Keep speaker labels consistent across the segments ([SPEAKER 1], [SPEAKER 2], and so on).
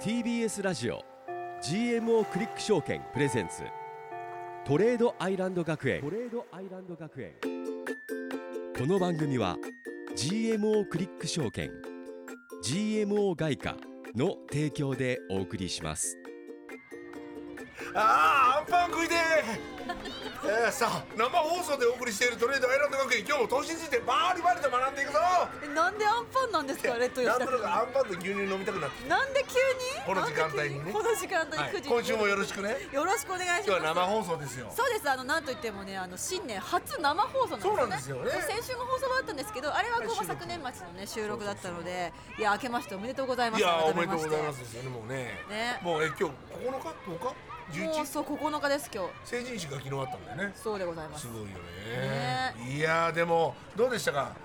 [SPEAKER 1] TBS ラジオ GMO クリック証券プレゼンツトレードアイランド学園トレードアイランド学園この番組は GMO クリック証券 GMO 外貨の提供でお送りします
[SPEAKER 2] ああアンパン食いでーえー、さあ生放送でお送りしているトレードアイランド学園今日も投資についてバリバリと学んでいくぞ
[SPEAKER 3] えなんでアンパンなんですかレッド吉
[SPEAKER 2] なん
[SPEAKER 3] 田
[SPEAKER 2] とな
[SPEAKER 3] 君
[SPEAKER 2] くアンパンと牛乳飲みたくなってき
[SPEAKER 3] なんで急に
[SPEAKER 2] この時間帯にね
[SPEAKER 3] なんで急この時間帯
[SPEAKER 2] た、はい
[SPEAKER 3] 9時、
[SPEAKER 2] 今週もよろしくね
[SPEAKER 3] よろしくお願いし
[SPEAKER 2] 今日は生
[SPEAKER 3] ま
[SPEAKER 2] 放送ですよ
[SPEAKER 3] すそうですあのなんといってもねあの新年初生放送なんですよ
[SPEAKER 2] そうなん
[SPEAKER 3] ね
[SPEAKER 2] ですよね
[SPEAKER 3] 先週も放送はあったんですけどあれはこう
[SPEAKER 2] 収録
[SPEAKER 3] 昨年末のね収録だったのでいや明けましておめでとうございま
[SPEAKER 2] い
[SPEAKER 3] す
[SPEAKER 2] やーお
[SPEAKER 3] 改
[SPEAKER 2] め
[SPEAKER 3] め
[SPEAKER 2] でとう
[SPEAKER 3] まして
[SPEAKER 2] ございますですよねもうね
[SPEAKER 3] ね
[SPEAKER 2] もうえ今日9日10日
[SPEAKER 3] もう
[SPEAKER 2] 11?
[SPEAKER 3] そう9日です今日
[SPEAKER 2] 成人式が昨日あったんだよね
[SPEAKER 3] そうでございますす
[SPEAKER 2] ごいよねいやーでもどうでしたか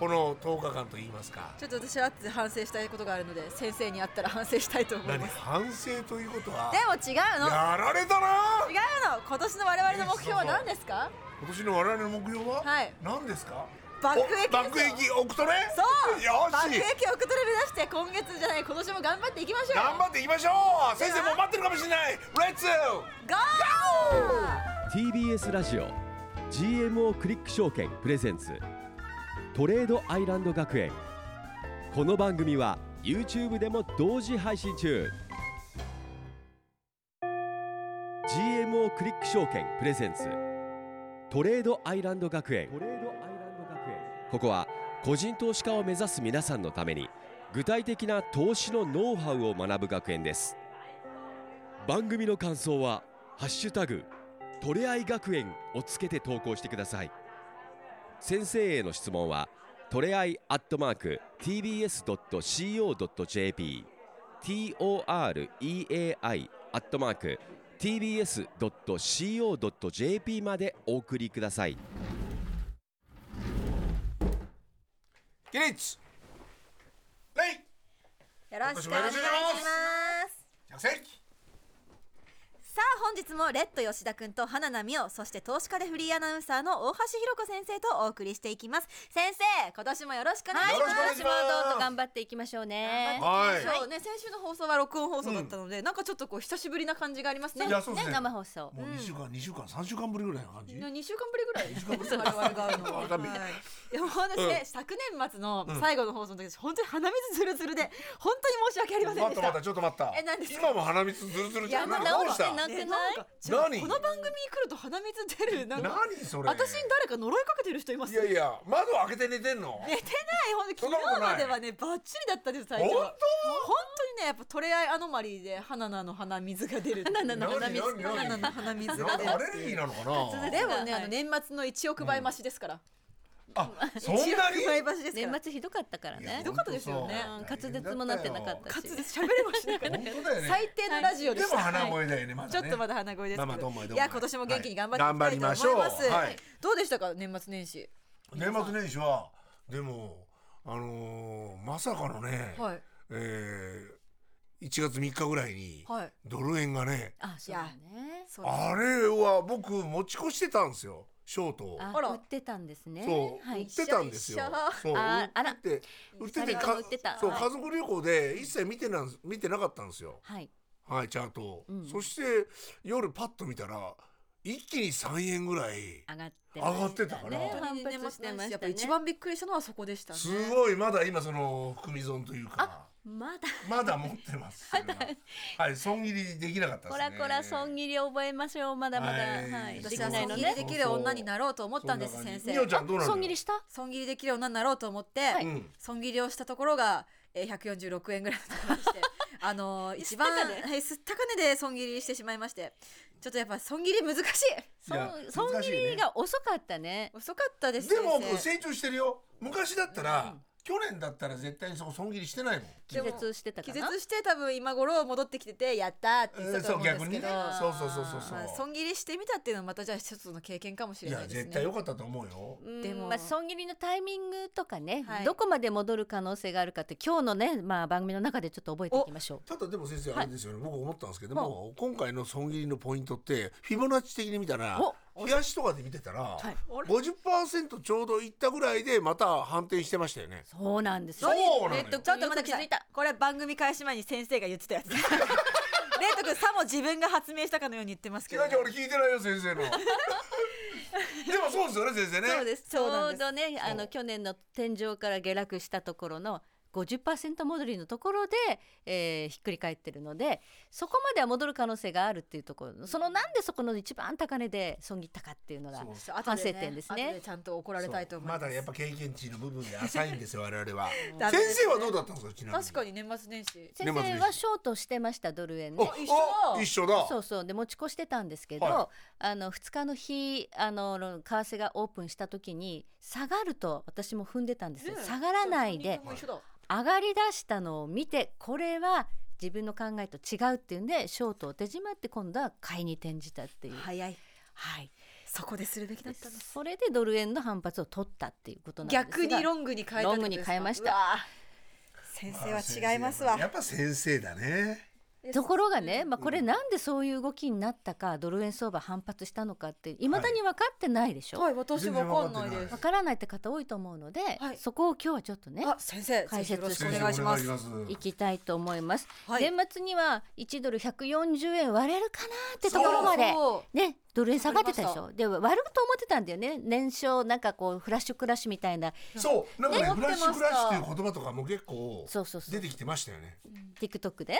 [SPEAKER 2] この10日間と言いますか
[SPEAKER 3] ちょっと私は後で反省したいことがあるので先生に会ったら反省したいと思い
[SPEAKER 2] 何
[SPEAKER 3] ます
[SPEAKER 2] 反省ということは
[SPEAKER 3] でも違うの
[SPEAKER 2] やられたなー
[SPEAKER 3] 違うの今年の我々の目標は何ですか
[SPEAKER 2] 今年の我々の目標は、
[SPEAKER 3] はい
[SPEAKER 2] 何ですか
[SPEAKER 3] 爆撃です
[SPEAKER 2] お爆撃
[SPEAKER 3] よ
[SPEAKER 2] オクトレ
[SPEAKER 3] そう
[SPEAKER 2] よ
[SPEAKER 3] 爆
[SPEAKER 2] し
[SPEAKER 3] 撃を奥取り目指して今月じゃない今年も頑張っていきましょうよ
[SPEAKER 2] 頑張っていきましょう先生もう待ってるかもしれないレッツ
[SPEAKER 3] ゴー
[SPEAKER 1] TBS ラジオ GMO クリック証券プレゼンツトレードアイランド学園この番組は YouTube でも同時配信中 GMO クリック証券プレゼンツトレードアイランド学園ここは個人投資家を目指す皆さんのために具体的な投資のノウハウを学ぶ学園です番組の感想は「ハッシュタグトレアイ学園をつけて投稿してください先生への質問はトレアイアットマーク tbs.co.jp toreai アットマーク tbs.co.jp までお送りください
[SPEAKER 2] 起立レイ
[SPEAKER 3] よろしくお願いしま
[SPEAKER 2] 着
[SPEAKER 3] す
[SPEAKER 2] 席
[SPEAKER 3] さあ本日もレッド吉田くんと花奈美桜そして投資家でフリーアナウンサーの大橋ひろ子先生とお送りしていきます先生今年もよろしくお願い
[SPEAKER 4] はい、
[SPEAKER 3] し
[SPEAKER 2] よろ
[SPEAKER 3] ま
[SPEAKER 2] し
[SPEAKER 3] す
[SPEAKER 2] くお願いします
[SPEAKER 4] 今年もどうぞ頑張っていきましょうね。
[SPEAKER 2] はい
[SPEAKER 3] そうね先週の放送は録音放送だったので、なんかちょっとこう久しぶりな感じがありますね
[SPEAKER 2] いやそうですね
[SPEAKER 4] 生放送。
[SPEAKER 2] もう2週間、二週間3週間ぶりぐらいの感じ
[SPEAKER 3] な二週間ぶりぐらいですね。我々が会うのは。
[SPEAKER 2] わかんない
[SPEAKER 3] はいでも私ね、昨年末の最後の放送の時、本当に鼻水ずるずるで、本当に申し訳ありません
[SPEAKER 2] 待
[SPEAKER 3] で
[SPEAKER 2] っ
[SPEAKER 3] したた。
[SPEAKER 2] 待ったちょっと待った
[SPEAKER 3] え何ですか
[SPEAKER 2] 今も鼻水ズルズルじゃん
[SPEAKER 3] いや
[SPEAKER 2] 何
[SPEAKER 3] まあ
[SPEAKER 2] どうした
[SPEAKER 4] 治って
[SPEAKER 3] え
[SPEAKER 4] 待っ
[SPEAKER 3] なんか違う
[SPEAKER 2] 何
[SPEAKER 3] この番組に来ると鼻水出るなんか
[SPEAKER 2] 何それ
[SPEAKER 3] 私に誰か呪いかけてる人います
[SPEAKER 2] いやいや窓開けて寝てんの
[SPEAKER 3] 寝てないほんと
[SPEAKER 2] そんなこと
[SPEAKER 3] 昨日
[SPEAKER 2] ない
[SPEAKER 3] まではねバッチリだったんです最初
[SPEAKER 2] 本
[SPEAKER 3] 本当にねやっぱトレアイアノマリーで花菜の鼻水が出る花菜
[SPEAKER 2] の鼻水何何何
[SPEAKER 3] 花菜の鼻水
[SPEAKER 2] な
[SPEAKER 3] が
[SPEAKER 2] ん
[SPEAKER 3] 出
[SPEAKER 2] かア
[SPEAKER 3] る
[SPEAKER 2] レルギーなのか
[SPEAKER 4] 滑舌
[SPEAKER 3] でもね
[SPEAKER 4] は
[SPEAKER 3] あの
[SPEAKER 4] い
[SPEAKER 3] 年末の1億倍増しですから
[SPEAKER 2] なあそんなに
[SPEAKER 3] 1億倍増しですから
[SPEAKER 4] 年末ひどかったから
[SPEAKER 2] いや
[SPEAKER 4] ね
[SPEAKER 3] ひ。どかったですよね
[SPEAKER 4] うん滑舌もなってなかった
[SPEAKER 3] 滑
[SPEAKER 4] し。
[SPEAKER 3] 舌喋れもしなかっ
[SPEAKER 2] 本当だよ
[SPEAKER 3] た
[SPEAKER 2] ね
[SPEAKER 3] 最低のラジオで
[SPEAKER 2] で
[SPEAKER 3] し
[SPEAKER 2] も
[SPEAKER 3] た、
[SPEAKER 2] 鼻
[SPEAKER 3] はい
[SPEAKER 2] 声だよねまだね
[SPEAKER 3] ちょっとまだ鼻声ですけど
[SPEAKER 2] まあまあどうもどうも
[SPEAKER 3] いや今年も元気に頑張っていきたいと思
[SPEAKER 2] はい頑張りましょ
[SPEAKER 3] います、
[SPEAKER 2] うはい
[SPEAKER 3] どうでしたか年末年始
[SPEAKER 2] 年末年始はでもあのーまさかのね、
[SPEAKER 3] はい
[SPEAKER 2] えー、1月3日ぐらいに
[SPEAKER 3] はい
[SPEAKER 2] ドル円がね、
[SPEAKER 4] あ、そうだね。
[SPEAKER 3] そうです
[SPEAKER 2] あれは僕持ち越してたんですよショートを。
[SPEAKER 4] あ
[SPEAKER 3] あら
[SPEAKER 4] 売ってたんですね。
[SPEAKER 2] そう、
[SPEAKER 4] は
[SPEAKER 2] 売
[SPEAKER 4] い
[SPEAKER 2] っ。てたんですよ
[SPEAKER 3] 一緒一緒。
[SPEAKER 2] そう、
[SPEAKER 4] ああ
[SPEAKER 2] 売
[SPEAKER 4] ら
[SPEAKER 2] ってて、売ってて、
[SPEAKER 4] 二人と
[SPEAKER 2] か
[SPEAKER 4] も売ってた
[SPEAKER 2] そう、
[SPEAKER 4] はい
[SPEAKER 2] 家族旅行で一切見てなん、見てなかったんですよ。
[SPEAKER 4] はい。
[SPEAKER 2] はい、チャートを。
[SPEAKER 4] うん
[SPEAKER 2] そして、夜パッと見たら、一気に3円ぐらい。
[SPEAKER 4] 上がって
[SPEAKER 2] 上
[SPEAKER 4] ましたね。
[SPEAKER 2] がってたから
[SPEAKER 4] ね
[SPEAKER 3] 本当に年
[SPEAKER 4] 反
[SPEAKER 3] 末
[SPEAKER 4] 発して
[SPEAKER 3] 年
[SPEAKER 4] ま
[SPEAKER 3] 始や
[SPEAKER 4] した
[SPEAKER 3] っぱ
[SPEAKER 4] ね。
[SPEAKER 3] 一番びっくりしたのはそこでしたね
[SPEAKER 2] すごい、まだ今その、含み損というか。
[SPEAKER 4] まだ。
[SPEAKER 2] まだ持ってます。 それははい、損切りできなかったで
[SPEAKER 4] こ
[SPEAKER 2] すね。
[SPEAKER 4] らこら損切り覚えましょう。まだまだ。
[SPEAKER 2] はい
[SPEAKER 4] はい。で
[SPEAKER 3] 私
[SPEAKER 4] き
[SPEAKER 3] は
[SPEAKER 4] な
[SPEAKER 3] 損
[SPEAKER 4] いの
[SPEAKER 3] 切り
[SPEAKER 4] ね。
[SPEAKER 3] できる女になろうと思ったんです先
[SPEAKER 2] みお
[SPEAKER 3] 生
[SPEAKER 2] ちゃんどうなんだよ
[SPEAKER 4] 損切りした？
[SPEAKER 3] 損切りできる女になろうと思って、
[SPEAKER 4] はい
[SPEAKER 2] うん
[SPEAKER 3] 損切りをしたところが、えー、146円ぐらいのところでして あのー一番
[SPEAKER 4] 高値
[SPEAKER 3] はい、すったか値で損切りしてしまいましてちょっとやっぱ損切り難しい
[SPEAKER 2] いや
[SPEAKER 4] 損損
[SPEAKER 2] 難し
[SPEAKER 4] 切
[SPEAKER 2] いね
[SPEAKER 4] りが遅かったね。
[SPEAKER 3] 遅かったです
[SPEAKER 2] でも
[SPEAKER 3] 先
[SPEAKER 2] 僕
[SPEAKER 3] 生
[SPEAKER 2] 成長してるよ。昔だったら、去年だったら絶対にそこ損切りしてないもん。
[SPEAKER 4] 気絶してたか
[SPEAKER 3] 気
[SPEAKER 4] な。
[SPEAKER 3] 絶して多分今頃戻ってきててやったーって言ってたと
[SPEAKER 2] そう
[SPEAKER 3] 思う
[SPEAKER 2] 逆
[SPEAKER 3] んです
[SPEAKER 2] に
[SPEAKER 3] け
[SPEAKER 2] ね
[SPEAKER 3] ど、。
[SPEAKER 2] そうそうそうそうそう。
[SPEAKER 3] まあ、損切りしてみたっていうのはまたじゃあ一つの経験かもし
[SPEAKER 2] い
[SPEAKER 3] れな
[SPEAKER 2] や
[SPEAKER 3] いです
[SPEAKER 2] 絶
[SPEAKER 3] ね
[SPEAKER 2] 対良かったと思うよ。
[SPEAKER 3] で
[SPEAKER 4] で
[SPEAKER 3] も
[SPEAKER 4] も、まあ、損切りのタイミングとかね、
[SPEAKER 3] はい
[SPEAKER 4] どこまで戻る可能性があるかって今日のね、まあ、番組の中でちょっと覚えていきましょ
[SPEAKER 2] ただでも先生あれですよね、僕思ったんですけども、今回の損切りのポイントってフィボナッチ的に見たら
[SPEAKER 4] お
[SPEAKER 2] 冷やしとかで見てたら、
[SPEAKER 4] はい
[SPEAKER 2] 50%ちょうどいったぐらいでまた反転してましたよね
[SPEAKER 4] そうなんですよ
[SPEAKER 2] そうなのよ
[SPEAKER 3] レッド君ちょっと待ってくださ
[SPEAKER 4] よく気づ
[SPEAKER 3] い
[SPEAKER 4] いた
[SPEAKER 3] これ番組開始前に先生が言ってた やつですレッド君さも自分が発明したかのように言ってますけ
[SPEAKER 2] 違う
[SPEAKER 3] ど
[SPEAKER 2] 違う俺聞いてないよ先生のでもそうですよね先生ね
[SPEAKER 4] そうですち
[SPEAKER 3] そ
[SPEAKER 4] ょ
[SPEAKER 3] うなん
[SPEAKER 4] う
[SPEAKER 3] です
[SPEAKER 4] どねあ
[SPEAKER 2] そう
[SPEAKER 4] の去年の天井から下落したところの50%戻りのところで、えーひっくり返ってるのでそこまでは戻る可能性があるっていうところのそのなんでそこの一番高値で損切ったかっていうのが
[SPEAKER 2] そう
[SPEAKER 3] ちょっと後
[SPEAKER 4] 反省点ですね
[SPEAKER 3] 後でちゃんと怒られたいと思い
[SPEAKER 2] ま
[SPEAKER 3] ます
[SPEAKER 2] だやっぱ経験値の部分で浅いんですよ 我々は
[SPEAKER 3] ダメ
[SPEAKER 2] 先
[SPEAKER 3] です
[SPEAKER 2] 生はどうだったんですかちなみに
[SPEAKER 3] 確かに年末年始
[SPEAKER 4] 先
[SPEAKER 2] 年末
[SPEAKER 4] 生
[SPEAKER 2] 年
[SPEAKER 4] は
[SPEAKER 2] 始
[SPEAKER 4] ショートしてましたドル円
[SPEAKER 2] お
[SPEAKER 4] ね。
[SPEAKER 3] 一緒だ
[SPEAKER 2] お一緒だ
[SPEAKER 4] そうそうで持ち越してたんですけど、
[SPEAKER 2] は
[SPEAKER 4] あの2日の日あの為替がオープンした時に下がると私も踏んでたんですよ、
[SPEAKER 3] ね
[SPEAKER 4] 下がらないで
[SPEAKER 3] 三人分も一緒だ
[SPEAKER 4] 上がりだしたのを見てこれは自分の考えと違うっていうんでショートを手締まって今度は買いに転じたっていう、はい
[SPEAKER 3] 早いそこでするべきだったんです
[SPEAKER 4] それでドル円の反発を取ったっていうことなんですが
[SPEAKER 3] 逆にロングに変えたってことですか
[SPEAKER 4] ロングに変えました
[SPEAKER 3] うわー先生は違いますわ
[SPEAKER 2] やっぱ先生だね
[SPEAKER 4] ところがね、まあ、これなんでそういう動きになったかドル円相場反発したのかっていまだに分かってないでしょ、
[SPEAKER 3] はい私わかんな
[SPEAKER 2] 全
[SPEAKER 3] い
[SPEAKER 2] 然わ
[SPEAKER 3] で
[SPEAKER 2] か
[SPEAKER 4] 分
[SPEAKER 3] す
[SPEAKER 4] からないって方多いと思うので、
[SPEAKER 3] はい
[SPEAKER 4] そこを今日はちょっとね
[SPEAKER 3] あ先生
[SPEAKER 4] 解説
[SPEAKER 3] ぜひよ
[SPEAKER 2] 先生
[SPEAKER 3] ろしくお願いしま
[SPEAKER 2] お
[SPEAKER 3] す
[SPEAKER 2] 願いします
[SPEAKER 4] いきたいと思います、
[SPEAKER 3] はい
[SPEAKER 4] 年末には1ドル140円割れるかなってところまで
[SPEAKER 3] そう
[SPEAKER 4] ね、ドル円下がってたでしょで割ると思ってたんだよね年少なんかこうフラッシュクラッシュみたいな
[SPEAKER 2] そうなんかね
[SPEAKER 3] ね
[SPEAKER 2] フラッシュ
[SPEAKER 3] 持ってま
[SPEAKER 2] フラッ
[SPEAKER 3] した
[SPEAKER 2] シュっていう言葉とかも結構
[SPEAKER 4] そうそうそう
[SPEAKER 2] 出てきてましたよね
[SPEAKER 4] TikTok で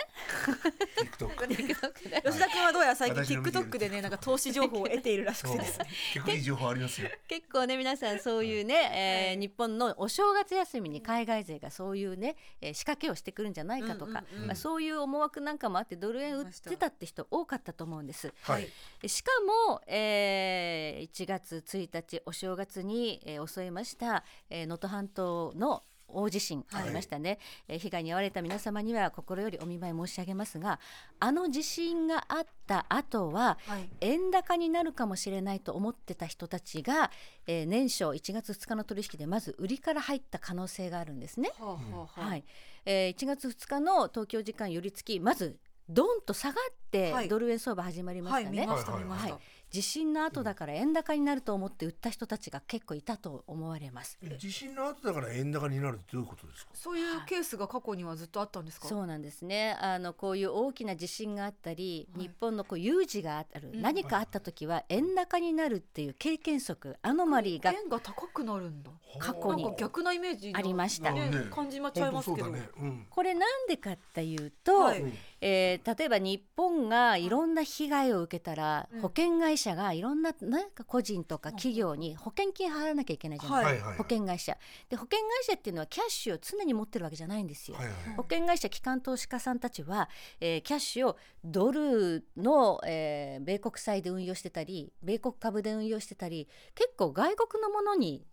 [SPEAKER 2] TikTok
[SPEAKER 3] 吉田君はどうやら最近
[SPEAKER 2] 私の見てる
[SPEAKER 3] TikTok でねなんか投資情報を得ているらしく
[SPEAKER 2] そう
[SPEAKER 3] てですね
[SPEAKER 2] 結構いい情報ありますよ
[SPEAKER 4] 結構ね皆さんそういうね、えー日本のお正月休みに海外勢がそういうね、えー仕掛けをしてくるんじゃないかとか、
[SPEAKER 3] うんうんうん
[SPEAKER 4] まあ、そういう思惑なんかもあってドル円売ってたって人多かったと思うんです。
[SPEAKER 2] はい
[SPEAKER 4] でしかも、えー1月1日お正月に、えー襲いましたえー能登、半島の大地震ありましたね、えー被害に遭われた皆様には心よりお見舞い申し上げますがあの地震があった後は
[SPEAKER 3] はい
[SPEAKER 4] 円高になるかもしれないと思ってた人たちが、えー年初1月2日の取引でまず売りから入った可能性があるんですね。
[SPEAKER 3] はあはあはあ
[SPEAKER 4] はいえー1月2日の東京時間寄り付きまずドンと下がって
[SPEAKER 3] はい
[SPEAKER 4] ドル円相場始まりま
[SPEAKER 3] は
[SPEAKER 4] し
[SPEAKER 3] い
[SPEAKER 4] た
[SPEAKER 3] 見
[SPEAKER 4] ね。
[SPEAKER 3] ました
[SPEAKER 2] はい
[SPEAKER 3] 見まし
[SPEAKER 4] はい
[SPEAKER 3] た、
[SPEAKER 4] 地震の後だから円高になると思って売った人たちが結構いたと思われます。
[SPEAKER 2] 地震の後だから円高になるってどういうことですか
[SPEAKER 3] そういうケースが過去にはずっとあったんですか
[SPEAKER 4] そうなんですねあのこういう大きな地震があったり、
[SPEAKER 3] はい
[SPEAKER 4] 日本のこう有事がある、
[SPEAKER 3] うん
[SPEAKER 4] 何かあった時は円高になるっていう経験則アノマリーが
[SPEAKER 3] 円が高くなるんだ
[SPEAKER 4] 過去に
[SPEAKER 3] なんか逆なイメージ
[SPEAKER 4] ありました
[SPEAKER 3] ね
[SPEAKER 2] ね
[SPEAKER 3] 感じまっちゃいますけど
[SPEAKER 2] 本当そうだねうん
[SPEAKER 4] これなんでかっていうと、
[SPEAKER 3] はい
[SPEAKER 4] えー例えば日本がいろんな被害を受けたら、
[SPEAKER 3] うん
[SPEAKER 4] 保険会社がいろんななんか個人とか企業に保険金払わなきゃいけないじゃないですか、
[SPEAKER 3] はい
[SPEAKER 2] はい
[SPEAKER 4] 保険会社で保険会社っていうのはキャッシュを常に持ってるわけじゃないんですよ、
[SPEAKER 2] はいはい
[SPEAKER 4] 保険会社機関投資家さんたちは、えーキャッシュをドルの、えー米国債で運用してたり米国株で運用してたり結構外国のものに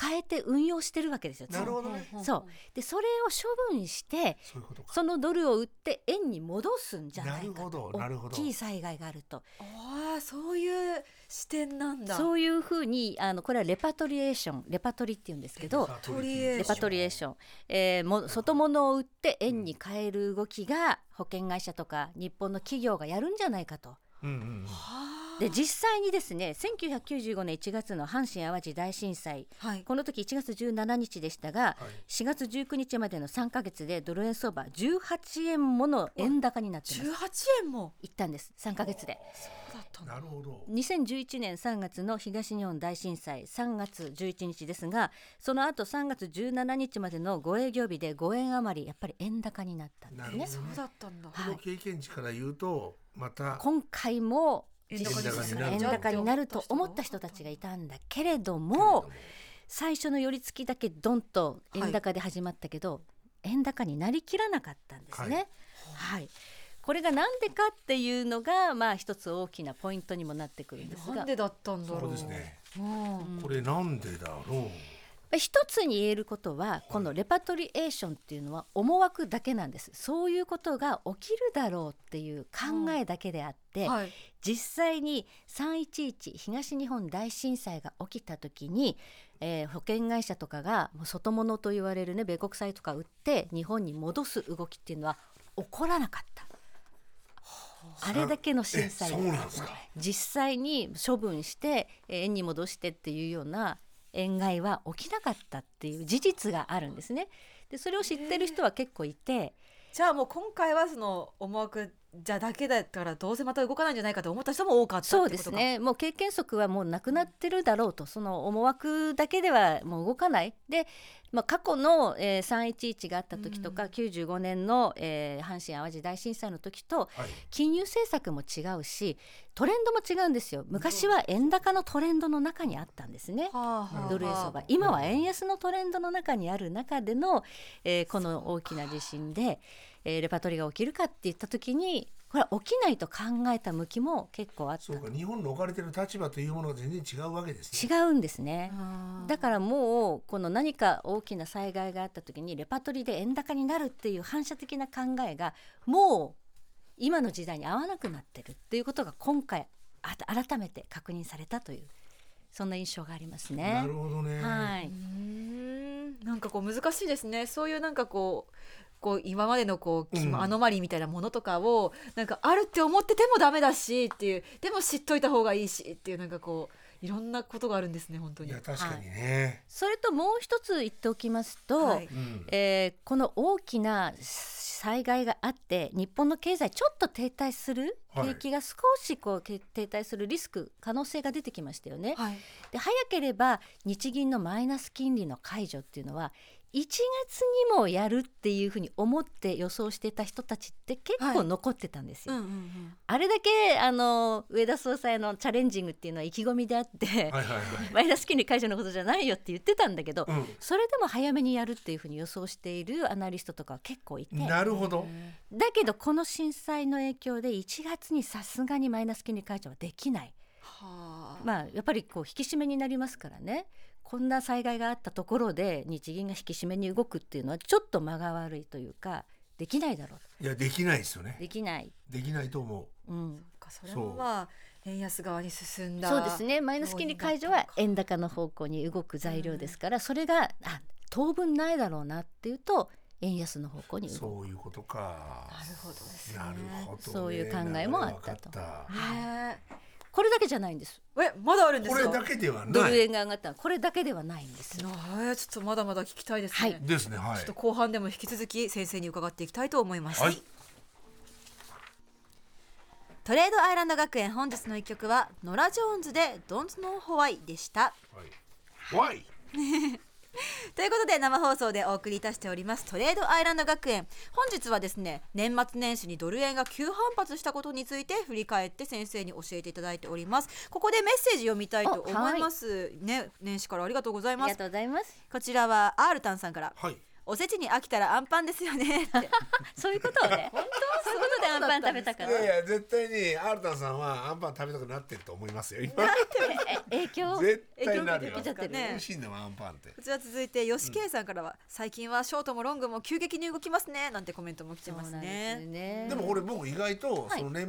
[SPEAKER 4] 変えて運用してるわけですよ。
[SPEAKER 2] なるほどね
[SPEAKER 4] そうでそれを処分して
[SPEAKER 2] そういうことか
[SPEAKER 4] そのドルを売って円に戻すんじゃない
[SPEAKER 2] なるほ
[SPEAKER 4] か
[SPEAKER 2] ど
[SPEAKER 4] と
[SPEAKER 2] なるほ
[SPEAKER 4] 大
[SPEAKER 2] ど
[SPEAKER 4] きい災害があると
[SPEAKER 3] ああそういう視点なんだ
[SPEAKER 4] そういうふうにあのこれはレパトリエーションレパトリっていうんですけど
[SPEAKER 3] とりあえず
[SPEAKER 4] レパトリエーション、えー、も外物を売って円に変える動きが保険会社とか日本の企業がやるんじゃないかと。
[SPEAKER 2] うんうんうん
[SPEAKER 3] はあ
[SPEAKER 4] で実際にですね1995年1月の阪神・淡路大震災
[SPEAKER 3] はい
[SPEAKER 4] この時1月17日でした
[SPEAKER 2] は
[SPEAKER 4] が、
[SPEAKER 2] い
[SPEAKER 4] 4月19日までの3か月でドル円相場18円もの円高になってます。
[SPEAKER 3] 18円も
[SPEAKER 4] いったんです3か月で
[SPEAKER 3] そうだったんだ
[SPEAKER 2] なるほど
[SPEAKER 4] 2011年3月の東日本大震災3月11日ですがその後3月17日までの5営業日で5円余りやっぱり円高になったんで
[SPEAKER 2] な
[SPEAKER 4] す
[SPEAKER 2] るほど
[SPEAKER 4] ね
[SPEAKER 2] ね。
[SPEAKER 3] そうだったんだ
[SPEAKER 2] この経験値から言うとまた
[SPEAKER 4] 今回も
[SPEAKER 3] 円
[SPEAKER 2] 高になる
[SPEAKER 4] 実際円高になると思った人たちがいたんだけれども最初の寄り付きだけドンと円高で始まったけど、円高になりきらなかったんですね。はい、これがなんでかっていうのがまあ一つ大きなポイントにもなってくるんです
[SPEAKER 3] な
[SPEAKER 4] が
[SPEAKER 3] んでだったんだ
[SPEAKER 2] そ
[SPEAKER 3] ろう
[SPEAKER 2] うですね
[SPEAKER 3] うん
[SPEAKER 2] これなんでだろ
[SPEAKER 4] 一つに言えることはこのレパトリエーションっていうのは思惑だけなんですそういうことが起きるだろうっていう考えだけであって、
[SPEAKER 3] はい
[SPEAKER 4] 実際に311東日本大震災が起きた時に、えー保険会社とかがもう外物と言われるね米国債とか売って日本に戻す動きっていうのは起こらなかった。あれだけの震災
[SPEAKER 2] えそうなんですか
[SPEAKER 4] 実際に処分してえー園に戻してっていうような塩害は起きなかったっていう事実があるんですね。でそれを知ってる人は結構いて、
[SPEAKER 3] じゃあもう今回はその思惑じゃだけだからどうせまた動かないんじゃないかと思った人も多かった
[SPEAKER 4] そ
[SPEAKER 3] っ
[SPEAKER 4] う
[SPEAKER 3] て
[SPEAKER 4] で
[SPEAKER 3] こ
[SPEAKER 4] す
[SPEAKER 3] とか
[SPEAKER 4] ねもう経験則はもうなくなってるだろうとその思惑だけではもう動かないで、まあ、過去の、えー、311があった時とか、95年の、えー阪神・淡路大震災の時と
[SPEAKER 2] はい
[SPEAKER 4] 金融政策も違うしトレンドも違うんですよ昔は円高のトレンドの中にあったんですね。
[SPEAKER 3] はあはあはあ
[SPEAKER 4] ドル円相場今は円安のトレンドの中にある中での、えーこの大きな地震で、えーレパートリーが起きるかって言った時にこれは起きないと考えた向きも結構あった
[SPEAKER 2] そうか日本の置かれてる立場というものが全然違うわけです
[SPEAKER 4] 違
[SPEAKER 2] ね
[SPEAKER 4] うんですね。
[SPEAKER 3] あー
[SPEAKER 4] だからもうこの何か大きな災害があった時にレパートリーで円高になるっていう反射的な考えがもう今の時代に合わなくなってるっていうことが今回あた改めて確認されたというそんな印象がありますね。
[SPEAKER 2] なるほどね、
[SPEAKER 4] はいう
[SPEAKER 3] ーんなんかこう難しいですねそういうなんかこうこう今までのこうき
[SPEAKER 2] うん
[SPEAKER 3] アノマリーみたいなものとかをなんかあるって思っててもダメだしっていうでも知っといた方がいいしっていうなんかこういろんなことがあるんですね本当
[SPEAKER 2] い、
[SPEAKER 3] に
[SPEAKER 2] や。確かにね、
[SPEAKER 4] それともう一つ言っておきますと、
[SPEAKER 3] はい
[SPEAKER 2] うん
[SPEAKER 4] えーこの大きな災害があって日本の経済ちょっと停滞する、
[SPEAKER 2] はい
[SPEAKER 4] 景気が少しこうけ停滞するリスク可能性が出てきましたよね。
[SPEAKER 3] はい
[SPEAKER 4] で早ければ日銀のマイナス金利の解除っていうのは1月にもやるっていうふうに思って予想してた人たちって結
[SPEAKER 3] は
[SPEAKER 4] 構
[SPEAKER 3] い
[SPEAKER 4] 残ってたんです
[SPEAKER 3] う
[SPEAKER 4] よ。
[SPEAKER 3] んうんうん
[SPEAKER 4] あれだけあの上田総裁のチャレンジングっていうのは意気込みであって、
[SPEAKER 2] はいはいはい、
[SPEAKER 4] マイナス金利解除のことじゃないよって言ってたんだけど、
[SPEAKER 2] うん
[SPEAKER 4] それでも早めにやるっていうふうに予想しているアナリストとかは結構いてだ
[SPEAKER 2] なるほど。
[SPEAKER 4] けどこの震災の影響で1月にさすがにマイナス金利解除はできない
[SPEAKER 3] はあ
[SPEAKER 4] まあやっぱりこう引き締めになりますからねこんな災害があったところで日銀が引き締めに動くっていうのはちょっと間が悪いというかできないだろ
[SPEAKER 2] いや、できないですよ
[SPEAKER 4] う
[SPEAKER 2] ね。
[SPEAKER 4] できない、
[SPEAKER 2] できないと思
[SPEAKER 4] う
[SPEAKER 3] な
[SPEAKER 4] ん、
[SPEAKER 3] んかそれ
[SPEAKER 2] そう
[SPEAKER 3] もまあ円安側に進んだ
[SPEAKER 4] そうですねマイナス金利解除は円高の方向に動く材料ですから、それがあ当分ないだろうなっていうと円安の方向
[SPEAKER 2] う。
[SPEAKER 4] に動く。
[SPEAKER 2] そういうことか。
[SPEAKER 3] なるほどですね
[SPEAKER 2] なるほどね。
[SPEAKER 4] そういう考えもあったと
[SPEAKER 2] なるほどわかっ
[SPEAKER 3] ね
[SPEAKER 4] これだけじゃないんです
[SPEAKER 3] ええまだあるんです
[SPEAKER 2] こ
[SPEAKER 3] か
[SPEAKER 2] れだけでは
[SPEAKER 4] ド
[SPEAKER 2] な
[SPEAKER 4] ル
[SPEAKER 2] い。
[SPEAKER 4] 円が上がったのはこれだけではないんです。
[SPEAKER 3] なえちょっとまだまだ聞きたいですね、
[SPEAKER 4] はい
[SPEAKER 2] ですね、は
[SPEAKER 3] ちょっと
[SPEAKER 2] い。
[SPEAKER 3] 後半でも引き続き先生に伺っていきたいと思います、
[SPEAKER 2] はい。
[SPEAKER 3] トレードアイランド学園本日の一曲はノラ・ジョーンズで Don't Know Why でした
[SPEAKER 2] はい。Why？
[SPEAKER 3] ということで生放送でお送りいたしておりますトレードアイランド学園本日はですね年末年始にドル円が急反発したことについて振り返って先生に教えていただいておりますここでメッセージ読みたいと思
[SPEAKER 4] あはいい
[SPEAKER 3] ます、ね年始からありがとうござい
[SPEAKER 4] あ
[SPEAKER 3] ま
[SPEAKER 4] り
[SPEAKER 3] す
[SPEAKER 4] がとうございます。
[SPEAKER 3] こちらはアールタンさんから
[SPEAKER 2] はい。
[SPEAKER 3] おせちに飽きたらアンパンですよねって
[SPEAKER 4] そういうことをね。 本当そういうことでアンパン食べたか
[SPEAKER 2] い
[SPEAKER 4] ら。
[SPEAKER 2] やいや、絶対にアルタンさんはアンパン食べたくなってると思いますよ。今
[SPEAKER 4] 影響を
[SPEAKER 2] 絶対なるよ
[SPEAKER 4] 影響受け。ちゃってる
[SPEAKER 2] 美
[SPEAKER 3] ね
[SPEAKER 2] 味しいんだもんアンパンって
[SPEAKER 3] こ。ちら続いて吉圭さんからは、最近はショートもロングも急激に動きますねなんてコメントも来てますね。
[SPEAKER 4] ね
[SPEAKER 2] でも俺僕意外と
[SPEAKER 4] はい
[SPEAKER 2] その年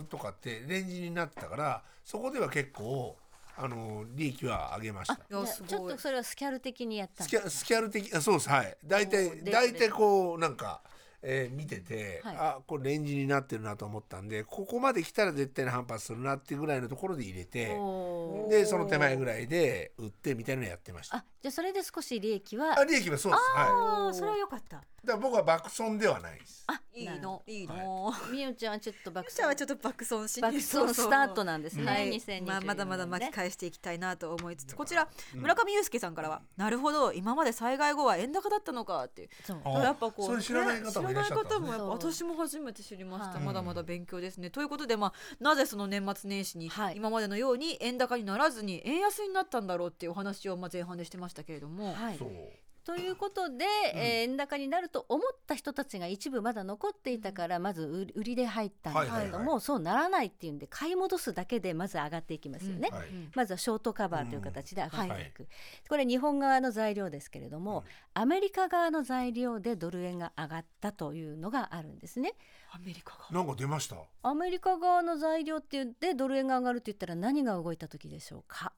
[SPEAKER 2] 末とかってレンジになってたからそこでは結構あの利益は上げました。
[SPEAKER 3] いやす
[SPEAKER 4] ちょっ
[SPEAKER 3] ごい
[SPEAKER 4] とそれはスキャル的にやったん
[SPEAKER 2] ス
[SPEAKER 4] で
[SPEAKER 2] キャスキャル的あそうですはい大体
[SPEAKER 4] で
[SPEAKER 2] 大体こうなんか、えー見てて、
[SPEAKER 4] はい
[SPEAKER 2] あこれレンジになってるなと思ったんでここまで来たら絶対に反発するなっていうぐらいのところで入れ
[SPEAKER 4] す
[SPEAKER 2] て
[SPEAKER 4] おー
[SPEAKER 2] でその手前ぐらいで売ってみたいなのやってました
[SPEAKER 4] あ、じゃあそれで少し利益は
[SPEAKER 2] あ。利益はそうですは
[SPEAKER 4] あーそれは良かった。
[SPEAKER 2] いだから僕は爆損ではないです
[SPEAKER 4] あ、
[SPEAKER 3] いい
[SPEAKER 4] なるほ
[SPEAKER 3] のいいの。
[SPEAKER 4] ど。みゆちゃんはちょっと爆
[SPEAKER 3] 私は
[SPEAKER 4] 走
[SPEAKER 3] ちょっと爆損し
[SPEAKER 4] 爆走スタートなんですね。
[SPEAKER 3] はい
[SPEAKER 4] 2024年ね
[SPEAKER 3] まあ、まだまだ巻き返していきたいなと思いつつこちら村上裕介さんからは、なるほど今まで災害後は円高だったのかっていう
[SPEAKER 4] そう
[SPEAKER 2] あ
[SPEAKER 3] やっぱこう
[SPEAKER 2] それ知らない方もいらっしゃったんですね
[SPEAKER 3] ね知らない方もやっぱ
[SPEAKER 4] そう
[SPEAKER 3] 私も初めて知りました
[SPEAKER 4] はい
[SPEAKER 3] まだまだ勉強ですね。ということで、まあ、なぜその年末年始に
[SPEAKER 4] はい
[SPEAKER 3] 今までのように円高にならずに円安になったんだろうっていうお話をまあ前半でしてましたけれども、
[SPEAKER 4] はい
[SPEAKER 2] そ。う
[SPEAKER 4] ということで、えー円高になると思った人たちが一部まだ残っていたからまず売り売りで入ったんだ
[SPEAKER 2] はい
[SPEAKER 4] け
[SPEAKER 2] はい
[SPEAKER 4] ど
[SPEAKER 2] はい
[SPEAKER 4] も、そうならないっていうんで買い戻すだけでまず上がっていきますよね。
[SPEAKER 2] はい
[SPEAKER 3] うん
[SPEAKER 4] まずはショートカバーという形で上がっていく、
[SPEAKER 2] う
[SPEAKER 4] これ日本側の材料ですけれども、
[SPEAKER 2] うん
[SPEAKER 4] アメリカ側の材料でドル円が上がったというのがあるんですね
[SPEAKER 3] アメリカが
[SPEAKER 2] なんか出ました
[SPEAKER 4] アメリカ側の材料っていうでドル円が上がるって言ったら何が動いた時でしょうか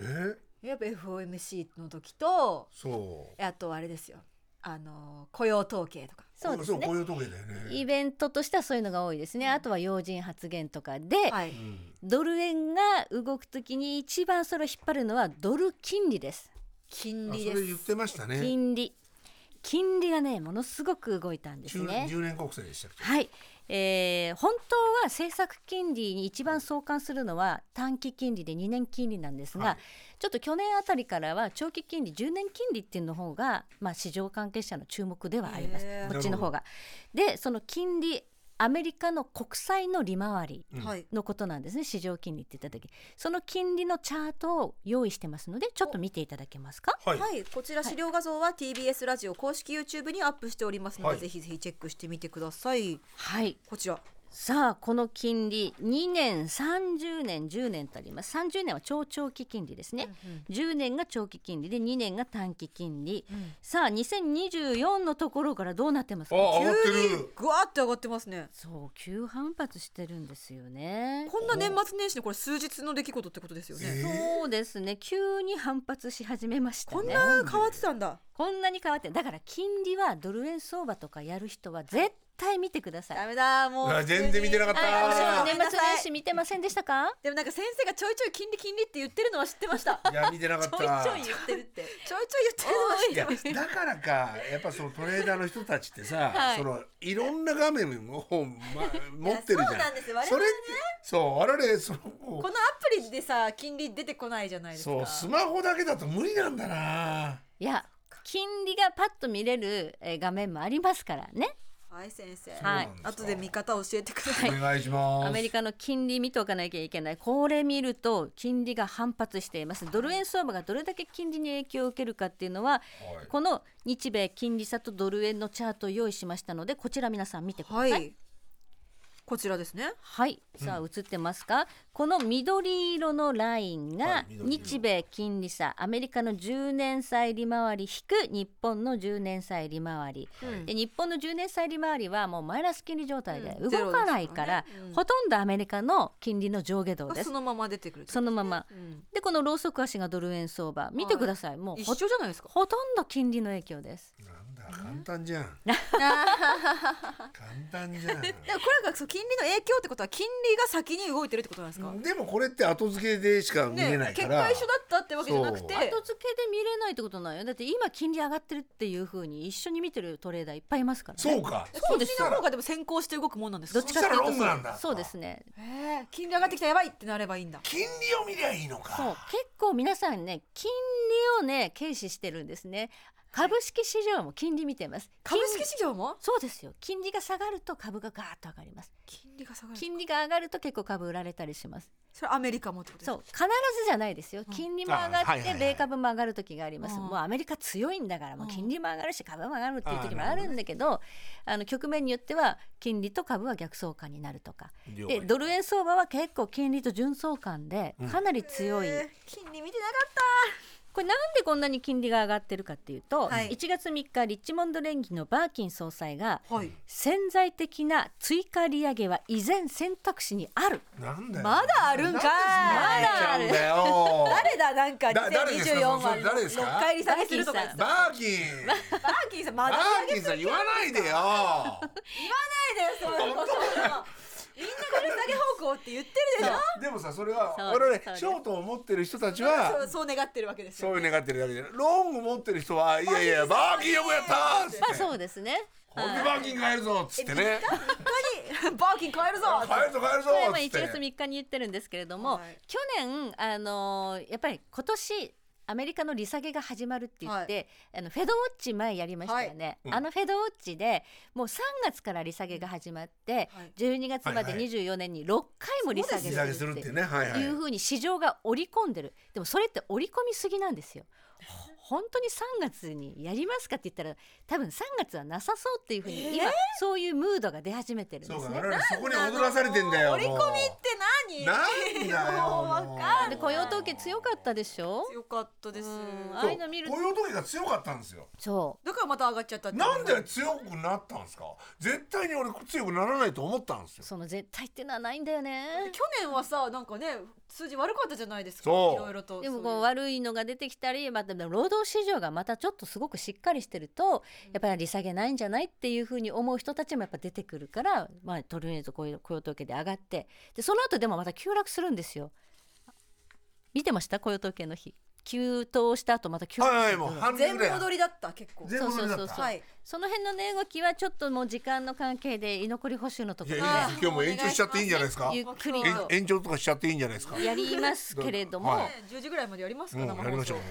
[SPEAKER 2] え
[SPEAKER 3] やっぱ FOMC の時と
[SPEAKER 2] そう
[SPEAKER 3] あとあれですよあの雇用統計とか
[SPEAKER 4] そうです
[SPEAKER 2] そうこう
[SPEAKER 4] ね
[SPEAKER 2] いうとこだよね。
[SPEAKER 4] イベントとしてはそういうのが多いですねあとは要人発言とかで、
[SPEAKER 3] はい、
[SPEAKER 2] うん
[SPEAKER 4] ドル円が動くときに一番それを引っ張るのはドル金利です
[SPEAKER 3] 金
[SPEAKER 2] あ
[SPEAKER 3] 利
[SPEAKER 2] そ
[SPEAKER 3] で
[SPEAKER 2] れ言っ
[SPEAKER 3] す
[SPEAKER 2] てましたね。
[SPEAKER 4] 金利金利がねものすごく動いたんです
[SPEAKER 2] 十
[SPEAKER 4] ね
[SPEAKER 2] 十年国債でしたっけ。
[SPEAKER 4] はい、えー本当は政策金利に一番相関するのは短期金利で2年金利なんですが、
[SPEAKER 2] はい
[SPEAKER 4] ちょっと去年あたりからは長期金利10年金利っていうの方が、まあ、市場関係者の注目ではあります
[SPEAKER 3] へー
[SPEAKER 4] こっちの方が。でその金利アメリカの国債の利回り
[SPEAKER 2] うん
[SPEAKER 3] はい
[SPEAKER 4] のことなんですね市場金利って言った時その金利のチャートを用意してますのでちょっと見ていただけますか。
[SPEAKER 2] はい。
[SPEAKER 3] はい、こちら資料画像は TBS ラジオ公式 YouTube にアップしておりますので、
[SPEAKER 2] はい
[SPEAKER 3] ぜひぜひチェックしてみてください
[SPEAKER 4] はい
[SPEAKER 3] こちら
[SPEAKER 4] さあこの金利2年30年10年とあります30年は超長期金利ですね、10年が長期金利で2年が短期金利、さあ2024のところからどうなってます
[SPEAKER 2] あ
[SPEAKER 4] か
[SPEAKER 2] 上がって
[SPEAKER 3] 急に
[SPEAKER 2] る。
[SPEAKER 3] ぐわーって上がってますね
[SPEAKER 4] そう急反発してるんですよね
[SPEAKER 3] こんな年末年始のこれ数日の出来事ってことですよね、
[SPEAKER 2] え
[SPEAKER 4] そうですね急に反発し始めました
[SPEAKER 3] こ
[SPEAKER 4] ね
[SPEAKER 3] んな変わってたんだ
[SPEAKER 4] こんなに変わってだから金利はドル円相場とかやる人は絶対見てください
[SPEAKER 3] ダメだもう
[SPEAKER 2] あ全然見てなかった
[SPEAKER 4] はい、私も
[SPEAKER 3] ね
[SPEAKER 4] 年末年始見てませんでしたか
[SPEAKER 3] でもなんか先生がちょいちょい金利金利って言ってるのは知ってました
[SPEAKER 2] いや 見てなかっ
[SPEAKER 3] ちょい
[SPEAKER 2] た。
[SPEAKER 3] ちょい言ってるってちょいちょい言ってるのは知っ て
[SPEAKER 2] いやだからかやっぱそのトレーダーの人たちってさ、
[SPEAKER 4] はい
[SPEAKER 2] そのいろんな画面を、ま、持ってるじゃん。
[SPEAKER 3] そうなんですよ我
[SPEAKER 2] そ
[SPEAKER 3] 々
[SPEAKER 2] れ
[SPEAKER 3] ね
[SPEAKER 2] ってそう我々その
[SPEAKER 3] このアプリでさ金利出てこないじゃないですか
[SPEAKER 2] そうスマホだけだと無理なんだな。
[SPEAKER 4] いや金利がパッと見れるえー画面もありますからね
[SPEAKER 3] はい先生
[SPEAKER 4] はい
[SPEAKER 2] そうなんすか
[SPEAKER 3] 後で見方教えてください、
[SPEAKER 2] お願いします。
[SPEAKER 4] アメリカの金利見とかなきゃいけないこれ見ると金利が反発していますドル円相場がどれだけ金利に影響を受けるかっていうのは、
[SPEAKER 2] はい
[SPEAKER 4] この日米金利差とドル円のチャートを用意しましたのでこちら皆さん見てくださ
[SPEAKER 3] はいい、こちらですね
[SPEAKER 4] はい、さあ映ってますか、この緑色のライン
[SPEAKER 2] はい
[SPEAKER 4] が
[SPEAKER 2] 緑色
[SPEAKER 4] 日米金利差アメリカの10年債利回り引く日本の10年債利回り、
[SPEAKER 3] うん
[SPEAKER 4] で日本の10年債利回りはもうマイナス金利状態で
[SPEAKER 3] うん
[SPEAKER 4] 動かない
[SPEAKER 3] ゼロで
[SPEAKER 4] から,、
[SPEAKER 3] すからねうん
[SPEAKER 4] ほとんどアメリカの金利の上下動
[SPEAKER 3] が
[SPEAKER 4] です
[SPEAKER 3] そのまま出てくる
[SPEAKER 4] そのまま
[SPEAKER 3] うん
[SPEAKER 4] でこのローソク足がドル円相場見てください、もう
[SPEAKER 3] 一
[SPEAKER 4] ほ
[SPEAKER 3] 緒じゃないですか
[SPEAKER 4] ほとんど金利の影響です
[SPEAKER 2] なんだ簡単じゃん。 簡単じ
[SPEAKER 3] で
[SPEAKER 2] ゃ
[SPEAKER 3] もこれがそう金利の影響ってことは金利が先に動いてるってことなんですか、
[SPEAKER 2] ん。でもこれって後付けでしか見れな
[SPEAKER 3] ね
[SPEAKER 2] いか
[SPEAKER 3] 結
[SPEAKER 2] ら。
[SPEAKER 3] 果一緒だったってわけじゃなく
[SPEAKER 2] そ
[SPEAKER 3] て
[SPEAKER 2] う
[SPEAKER 4] 後付けで見れないってことないよだって今金利上がってるっていうふうに一緒に見てるトレーダーいっぱいいますからね
[SPEAKER 2] そうか。
[SPEAKER 3] 金
[SPEAKER 2] そ
[SPEAKER 3] 利の
[SPEAKER 2] した
[SPEAKER 3] 方
[SPEAKER 2] ら
[SPEAKER 3] がでも先行して動くもんなんです
[SPEAKER 4] ど
[SPEAKER 3] か
[SPEAKER 4] っちかっていう
[SPEAKER 2] そした
[SPEAKER 4] と
[SPEAKER 2] らロングなんだ
[SPEAKER 4] そうですね
[SPEAKER 3] へえ金利上がってきたやばいってなればいいんだ
[SPEAKER 2] 金利を見りゃいいのか。
[SPEAKER 4] そう結構皆さんね金利をね軽視してるんですね株式市場も金利見てます
[SPEAKER 3] 株
[SPEAKER 4] 金
[SPEAKER 3] 式市場も
[SPEAKER 4] そうですよ金利が下がると株がガーッと上がります
[SPEAKER 3] 金利が下がる
[SPEAKER 4] 金利が上がると結構株売られたりします
[SPEAKER 3] それアメリカもってことです
[SPEAKER 4] そう
[SPEAKER 3] か
[SPEAKER 4] 必ずじゃないですよ金利も
[SPEAKER 2] あ
[SPEAKER 4] 上が
[SPEAKER 2] は
[SPEAKER 4] っ
[SPEAKER 2] いはい
[SPEAKER 4] て
[SPEAKER 2] はい
[SPEAKER 4] 米株も上がる時があります
[SPEAKER 3] うん
[SPEAKER 4] もうアメリカ強いんだからもう金利も上がるし株も上がるっていう時も
[SPEAKER 2] あーな
[SPEAKER 4] あ
[SPEAKER 2] る
[SPEAKER 4] るんだけどあの局面によっては金利と株は逆相関になるとか
[SPEAKER 2] 了
[SPEAKER 4] で
[SPEAKER 2] 解
[SPEAKER 4] ドル円相場は結構金利と純相関でかなり強い、
[SPEAKER 3] えー金利見てなか
[SPEAKER 4] これなんでこんなに金利が上がってるかっていうと、
[SPEAKER 3] はい
[SPEAKER 4] 1月3日リッチモンド連銀のバーキン総裁が
[SPEAKER 3] ったはい
[SPEAKER 4] 潜在的な追加利上げは依然選択肢にある
[SPEAKER 2] なんだよ。
[SPEAKER 3] まだあるんかい
[SPEAKER 2] なんでそんなに言っちゃうんだよ。
[SPEAKER 3] 誰だなんか
[SPEAKER 2] だ誰ですか
[SPEAKER 3] 2024
[SPEAKER 2] そ
[SPEAKER 3] は
[SPEAKER 2] れ誰ですか
[SPEAKER 3] 6回利下げするとか言ってた
[SPEAKER 2] バーキン。
[SPEAKER 3] バーキンさんま
[SPEAKER 2] バ
[SPEAKER 3] だ
[SPEAKER 2] ーキンさん言わないでよ。
[SPEAKER 3] 言 わないでよそういうことみんなが利下げ方向って言ってるでしょ
[SPEAKER 2] でもさそれは
[SPEAKER 4] そう
[SPEAKER 2] 我
[SPEAKER 4] そう
[SPEAKER 2] 々
[SPEAKER 4] です
[SPEAKER 2] ショートを持ってる人たち
[SPEAKER 3] そう
[SPEAKER 2] は
[SPEAKER 3] そう願ってるわけですよ
[SPEAKER 2] そういう願ってるだけでロング持ってる人はいやいやバーキンよくやったーっつって
[SPEAKER 4] まあそうですね。
[SPEAKER 2] こんでバーキン買えるぞっつってね
[SPEAKER 3] 本当にバーキン買えるぞ
[SPEAKER 2] 買えるぞ買えるぞ
[SPEAKER 4] これはま
[SPEAKER 2] っつ
[SPEAKER 4] あ1
[SPEAKER 2] って
[SPEAKER 4] 月3日に言ってるんですけれども、
[SPEAKER 3] はい
[SPEAKER 4] 去年あのーやっぱり今年アメリカの利下げが始まるって言って、あのフェドウォッチ前やりましたよね、
[SPEAKER 2] はいうん
[SPEAKER 4] あのフェドウォッチでもう3月から利下げが始まって、
[SPEAKER 3] はい
[SPEAKER 4] 12月まで
[SPEAKER 2] はいはい
[SPEAKER 4] 24年に6回も利下げ
[SPEAKER 2] 利下げ
[SPEAKER 4] す
[SPEAKER 2] す
[SPEAKER 4] るっ
[SPEAKER 2] る
[SPEAKER 4] て
[SPEAKER 2] ってねはいはい
[SPEAKER 4] いうふうに市場が織り込んでるでもそれって織り込みすぎなんですよ。ほ本当に3月にやりますかって言ったら多分3月はなさそうっていうふうに今、そういうムードが出始めてるん
[SPEAKER 2] そ
[SPEAKER 4] で
[SPEAKER 2] う
[SPEAKER 4] す
[SPEAKER 2] か
[SPEAKER 4] ね
[SPEAKER 2] 我。々そこに踊らされてんだよ
[SPEAKER 3] 折り
[SPEAKER 2] もう
[SPEAKER 3] 込みって 何
[SPEAKER 2] なんだよ
[SPEAKER 3] もうわかんな
[SPEAKER 4] で
[SPEAKER 3] い
[SPEAKER 4] 雇用統計強かったでしょ
[SPEAKER 3] よかったです
[SPEAKER 4] うん
[SPEAKER 2] そう
[SPEAKER 4] ああいうの見ると
[SPEAKER 2] 雇用時が強かったんですよ
[SPEAKER 4] そ
[SPEAKER 3] だからまた上がっちゃったって
[SPEAKER 2] なんで強くなったんですか絶対に俺強くならないと思ったんです
[SPEAKER 4] う
[SPEAKER 2] よ
[SPEAKER 4] その絶対っていうのはないんだよね
[SPEAKER 3] 去年はさなんかね数字悪かったじゃないですかい
[SPEAKER 2] そう
[SPEAKER 3] ろいろと
[SPEAKER 4] でも
[SPEAKER 3] そ
[SPEAKER 4] こう
[SPEAKER 3] ういう
[SPEAKER 4] 悪いのが出てきたりまた労働動市場がまたちょっとすごくしっかりしてるとやっぱり利下げないんじゃないっていうふうに思う人たちもやっぱ出てくるから、まあ、とりあえず雇用雇用統計で上がってでその後でもまた急落するんですよ。見てました雇用統計の日急騰した後また急落する
[SPEAKER 2] はいはいもう半分
[SPEAKER 3] 全
[SPEAKER 2] ぐ
[SPEAKER 3] 部
[SPEAKER 2] らい
[SPEAKER 3] 踊りだった結構
[SPEAKER 2] 全部戻りだった
[SPEAKER 4] そうそうそう
[SPEAKER 3] はい
[SPEAKER 4] その辺の値動きはちょっともう時間の関係で居残り補修のとこ
[SPEAKER 2] いやいいで
[SPEAKER 4] ろで
[SPEAKER 2] す
[SPEAKER 3] あー
[SPEAKER 2] 今日も延長しちゃっていいんじゃないですか
[SPEAKER 4] ゆっくり
[SPEAKER 2] えん
[SPEAKER 4] と
[SPEAKER 2] 延長とかしちゃっていいんじゃないですか
[SPEAKER 4] やりますけれども、
[SPEAKER 2] はい
[SPEAKER 3] ね10時ぐらいまでやります
[SPEAKER 2] う
[SPEAKER 3] か
[SPEAKER 2] ん
[SPEAKER 3] 生放送
[SPEAKER 2] やりましょうも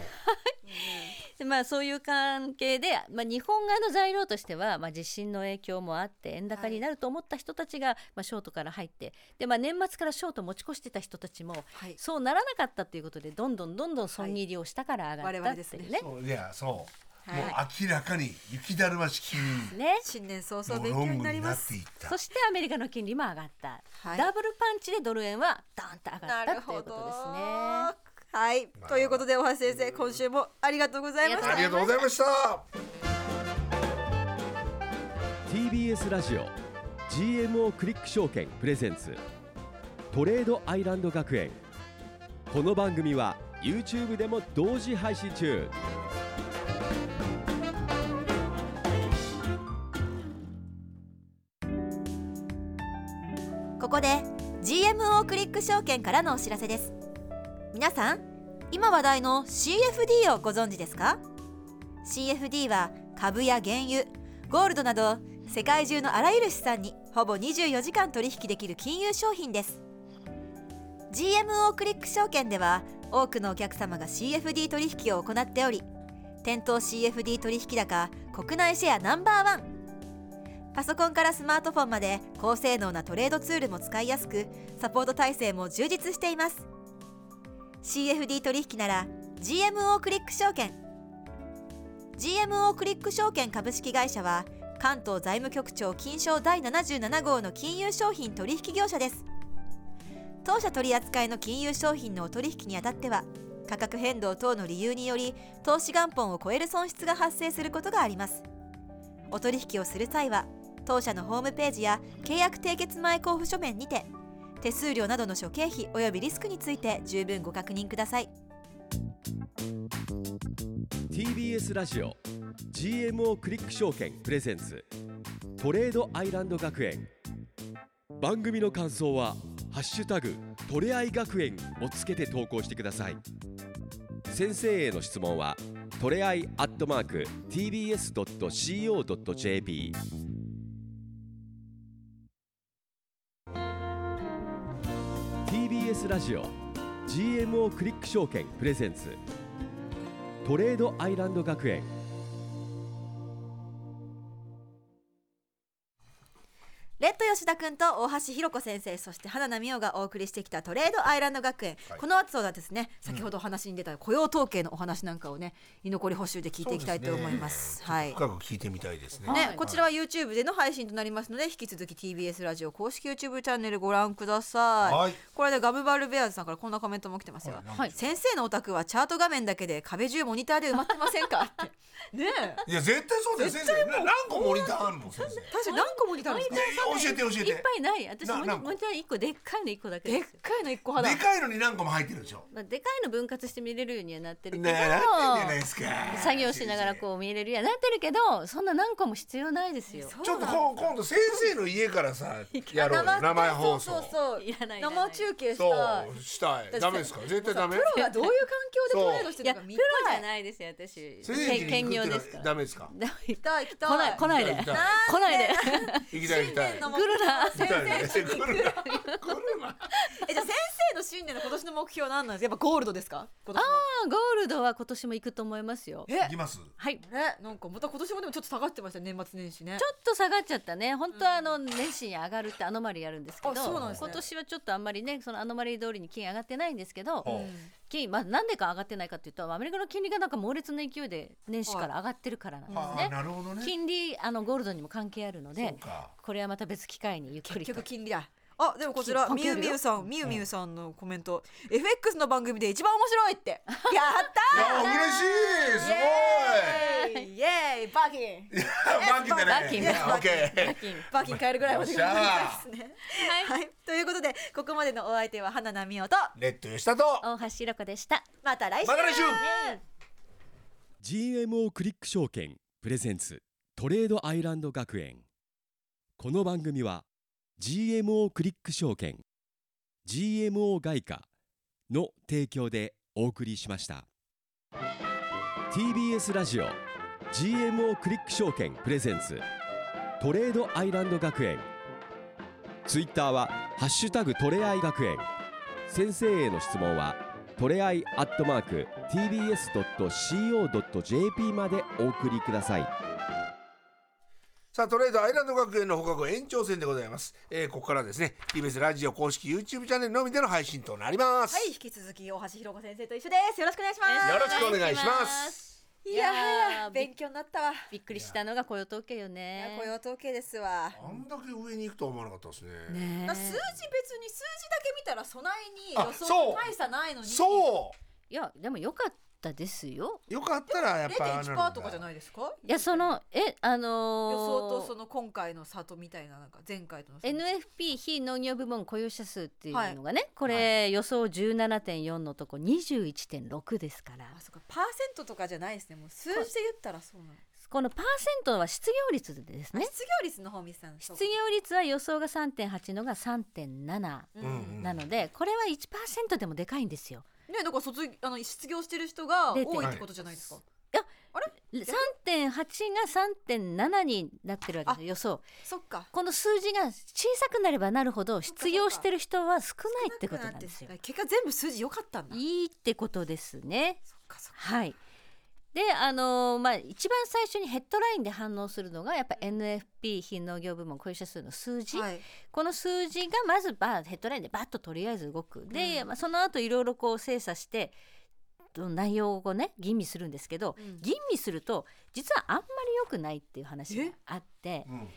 [SPEAKER 4] でまあ、そういう関係で、まあ、日本側の材料としては、まあ、地震の影響もあって円高になると思った人たちが、まあ、ショートから入ってで、まあ、年末からショート持ち越してた人たちも
[SPEAKER 3] はい
[SPEAKER 4] そうならなかったということでどんどんどんどん損切りをしたから上
[SPEAKER 3] はい
[SPEAKER 4] が
[SPEAKER 3] 我
[SPEAKER 4] った
[SPEAKER 3] 々
[SPEAKER 4] っ
[SPEAKER 3] です
[SPEAKER 4] てい
[SPEAKER 3] ね
[SPEAKER 2] う
[SPEAKER 4] うね。
[SPEAKER 2] そういやそう
[SPEAKER 3] はい
[SPEAKER 2] もう明らかに雪だるま式
[SPEAKER 4] ね
[SPEAKER 3] 新年早
[SPEAKER 2] の
[SPEAKER 3] 々勉
[SPEAKER 2] ロ
[SPEAKER 3] 強
[SPEAKER 2] ン
[SPEAKER 3] に
[SPEAKER 2] グ
[SPEAKER 3] なり
[SPEAKER 2] にな
[SPEAKER 3] ま
[SPEAKER 2] っ
[SPEAKER 3] す
[SPEAKER 2] ていった
[SPEAKER 4] そしてアメリカの金利も上がった、
[SPEAKER 3] はい
[SPEAKER 4] ダブルパンチでドル円はダーンと上が
[SPEAKER 3] な
[SPEAKER 4] った
[SPEAKER 3] る
[SPEAKER 4] とい
[SPEAKER 3] ほ
[SPEAKER 4] うこ
[SPEAKER 3] ど
[SPEAKER 4] とですね。
[SPEAKER 3] はい
[SPEAKER 2] まあ
[SPEAKER 3] ということで大橋先生今週もありがとうございまし
[SPEAKER 4] あ
[SPEAKER 3] た
[SPEAKER 2] ありがとうございました
[SPEAKER 1] TBS ラジオ GMO クリック証券プレゼンツトレードアイランド学園この番組は YouTube でも同時配信中
[SPEAKER 3] ここで GMO クリック証券からのお知らせです皆さん今話題の CFD をご存知ですか CFD は株や原油ゴールドなど世界中のあらゆる資産にほぼ24時間取引できる金融商品です GMO クリック証券では多くのお客様が CFD 取引を行っており店頭 CFD 取引高国内シェアナンバーワンパソコンからスマートフォンまで高性能なトレードツールも使いやすくサポート体制も充実しています CFD 取引なら GMO クリック証券 GMO クリック証券株式会社は関東財務局長金賞第77号の金融商品取引業者です当社取扱いの金融商品のお取引にあたっては価格変動等の理由により投資元本を超える損失が発生することがありますお取引をする際は当社のホームページや契約締結前交付書面にて手数料などの諸経費及びリスクについて十分ご確認ください
[SPEAKER 1] TBS ラジオ GMO クリック証券プレゼンツトレードアイランド学園番組の感想は「ハッシュタグトレアイ学園」をつけて投稿してください先生への質問はトレアイアットマーク TBS.CO.JP TBS ラジオ GMO クリック証券プレゼンツトレードアイランド学園
[SPEAKER 3] レッド吉田君と大橋ひろ子先生そして花奈美桜がお送りしてきたトレードアイランド学園、
[SPEAKER 2] はい
[SPEAKER 3] この後はですね先ほどお話に出た雇用統計のお話なんかをね居残り補修で聞いていきたいと思いますはい
[SPEAKER 2] 深く聞いてみたいですね
[SPEAKER 3] ね、こちらは YouTube での配信となりますので引き続き TBS ラジオ公式 YouTube チャンネルご覧ください、
[SPEAKER 2] はい
[SPEAKER 3] これでガムバルベアーズさんからこんなコメントも来てますよ、
[SPEAKER 4] はい
[SPEAKER 3] 先生のお宅はチャート画面だけで壁中モニターで埋まってませんかってねえ
[SPEAKER 2] いや絶対そうだよ先生な何個モニターあるの先生
[SPEAKER 3] 確かに何個モニターあるんですか
[SPEAKER 2] え教えて教え
[SPEAKER 4] い
[SPEAKER 2] て
[SPEAKER 4] っぱいない私
[SPEAKER 2] な
[SPEAKER 4] モニ
[SPEAKER 2] なんか
[SPEAKER 4] モニター1個でっかいの1個だけ
[SPEAKER 3] で
[SPEAKER 4] で
[SPEAKER 3] っ
[SPEAKER 4] す
[SPEAKER 3] かいの一個肌
[SPEAKER 2] でかいのに何個も入ってるでしょ
[SPEAKER 4] まあ、でかいの分割して見れるようにはなってるけど、
[SPEAKER 2] ねえなんて言うんじゃないですか
[SPEAKER 4] 作業しながらこう見れるやなってるけどそんな何個も必要ないですよ。
[SPEAKER 3] そう
[SPEAKER 2] ちょっとこう今度先生の家からさやろうよ
[SPEAKER 3] 生
[SPEAKER 2] 生放送
[SPEAKER 3] そうそうそう
[SPEAKER 4] いらないいらな
[SPEAKER 3] 生
[SPEAKER 4] い
[SPEAKER 3] 中継
[SPEAKER 2] そ
[SPEAKER 3] したい
[SPEAKER 2] し
[SPEAKER 3] う
[SPEAKER 2] たいダメですか絶対ダメ
[SPEAKER 3] プロがどういう環境でトレードして
[SPEAKER 4] い
[SPEAKER 3] る
[SPEAKER 4] や
[SPEAKER 3] のか
[SPEAKER 4] プロ
[SPEAKER 3] 見
[SPEAKER 4] じ
[SPEAKER 3] たい
[SPEAKER 4] ゃないですよ私
[SPEAKER 2] 先生
[SPEAKER 4] 兼
[SPEAKER 2] 家
[SPEAKER 4] 兼
[SPEAKER 2] に行
[SPEAKER 4] 業
[SPEAKER 2] く
[SPEAKER 4] で
[SPEAKER 2] っ
[SPEAKER 4] す
[SPEAKER 2] てのは
[SPEAKER 4] か ら。
[SPEAKER 2] ダメですか
[SPEAKER 4] だ
[SPEAKER 3] 行きたい行きたい
[SPEAKER 4] 来ない来ないで
[SPEAKER 2] 行きたい
[SPEAKER 4] 来ない で
[SPEAKER 2] 行きたい行きたい
[SPEAKER 3] の
[SPEAKER 4] 来るな。
[SPEAKER 2] 行きたいね来るな来るな
[SPEAKER 3] えじゃあ先生の新年の今年の目標は何なんですかやっぱゴールドですか今年の
[SPEAKER 4] ゴールドは今年も行くと思いますよ。
[SPEAKER 2] 行きます
[SPEAKER 4] はい。ちょ
[SPEAKER 3] ね、なんかまた今年もでもちょっと下がってましたよ年末年始ね。
[SPEAKER 4] っと下がっちゃったね。本当はあの年始に上がるってアノマリーやるんですけど、
[SPEAKER 3] あそうなんですね
[SPEAKER 4] 今年はちょっとあんまりねそのアノマリー通りに金上がってないんですけど、
[SPEAKER 2] ほ
[SPEAKER 4] 金まあなんでか上がってないかというとアメリカの金利がなんか猛烈な勢いで年始から上がってるからなんで
[SPEAKER 2] あ
[SPEAKER 4] す
[SPEAKER 2] ー
[SPEAKER 4] ね。
[SPEAKER 2] なるほどね
[SPEAKER 4] 金利あのゴールドにも関係あるので
[SPEAKER 2] そうか
[SPEAKER 4] これはまた別機会にゆっくり
[SPEAKER 3] 結
[SPEAKER 4] と
[SPEAKER 3] 局金利だ。あでもこちら
[SPEAKER 4] 関
[SPEAKER 3] み
[SPEAKER 4] 係あ
[SPEAKER 3] ゆ
[SPEAKER 4] るよ
[SPEAKER 3] みゆさんみゆみゆさんのコメント、FX の番組で一番面白いってや
[SPEAKER 2] い
[SPEAKER 3] っ
[SPEAKER 2] や嬉しいすごい
[SPEAKER 3] たーイエーイバーキン
[SPEAKER 2] バキンだね
[SPEAKER 4] バキン
[SPEAKER 2] いやオッケー
[SPEAKER 4] 課金
[SPEAKER 3] バーキン買えるぐらいまで頑張りたいですね。
[SPEAKER 4] は
[SPEAKER 3] はい、ということでここまでのお相手は花奈美桜と
[SPEAKER 2] レッド吉田と
[SPEAKER 4] 大橋ひろ子でした。
[SPEAKER 3] また来週
[SPEAKER 2] また来週
[SPEAKER 4] イエーイ
[SPEAKER 1] GMO クリック証券プレゼンツトレードアイランド学園この番組は GMO クリック証券 GMO 外貨の提供でお送りしました TBS ラジオ GMO クリック証券プレゼンツトレードアイランド学園ツイッターは「ハッシュタグトレアイ学園」先生への質問はトレアイアットマーク TBS.CO.JP までお送りください
[SPEAKER 2] さあトレードアイランド学園の放課後延長戦でございます、えーここからはですね TBS ラジオ公式 YouTube チャンネルのみでの配信となります、
[SPEAKER 3] はい、引き続き大橋ひろ子先生と一緒です。よろしくお願いします。
[SPEAKER 2] よろしくお願いします
[SPEAKER 3] いや
[SPEAKER 4] いや
[SPEAKER 3] ー、
[SPEAKER 4] ー
[SPEAKER 3] 勉強になったわ。
[SPEAKER 4] びっくりしたのが雇用統計よね
[SPEAKER 3] 雇用統計ですわ。
[SPEAKER 2] あんだけ上に行くとは思わなかったですね
[SPEAKER 4] ねえ
[SPEAKER 3] まあ数字別に数字だけ見たら備えに予
[SPEAKER 2] あそ
[SPEAKER 3] 想
[SPEAKER 2] う
[SPEAKER 3] 大差ないのに。
[SPEAKER 2] そ
[SPEAKER 4] いやでも良かったですよ
[SPEAKER 2] うよかったらやっぱ
[SPEAKER 3] 0.1%とかじゃ
[SPEAKER 2] い
[SPEAKER 3] ないですか？
[SPEAKER 4] いやそのえあ
[SPEAKER 3] 予
[SPEAKER 4] のー
[SPEAKER 3] 想とその今回の差とみたいななんか前回との差。
[SPEAKER 4] NFP 非農業部門雇用者数っていうのがね、これ、予想17.4のとこ21.6ですから
[SPEAKER 3] あ、そうか。パーセントとかじゃないですね。もう数字で言ったらそうなの。
[SPEAKER 4] このパーセントは失業率でですね
[SPEAKER 3] 失業率の方見てたんです。
[SPEAKER 4] 失業率は予想が3.8のが3.7な
[SPEAKER 3] う
[SPEAKER 2] うん
[SPEAKER 3] ん。
[SPEAKER 4] ので、これは1%でもでかいんですよ。
[SPEAKER 3] ね、だから卒業あの失業してる人が多
[SPEAKER 4] 0.1
[SPEAKER 3] いってことじゃないですか。
[SPEAKER 4] 3.8が3.7になってるわけですよ予想
[SPEAKER 3] そっか。
[SPEAKER 4] この数字が小さくなればなるほ
[SPEAKER 3] そ
[SPEAKER 4] ど
[SPEAKER 3] っかそっか
[SPEAKER 4] 失業してる人は少ないってことなんですよ
[SPEAKER 3] 少。くって結果全部数字良かったんだ。
[SPEAKER 4] いいってことですね。
[SPEAKER 3] そっかそっか。
[SPEAKER 4] はい。で、あのーまあ、一番最初にヘッドラインで反応するのが、やっぱ NFP 非農業部門雇用者数の数字。
[SPEAKER 3] はい。
[SPEAKER 4] この数字がまずバーヘッドラインでバッととりあえず動く。で、
[SPEAKER 3] うん
[SPEAKER 4] まあ、その後いろいろこう精査して、ど内容をね、吟味するんですけど、
[SPEAKER 3] うん
[SPEAKER 4] 吟味すると、実はあんまり良くないっていう話が
[SPEAKER 3] え
[SPEAKER 4] あって、
[SPEAKER 2] うん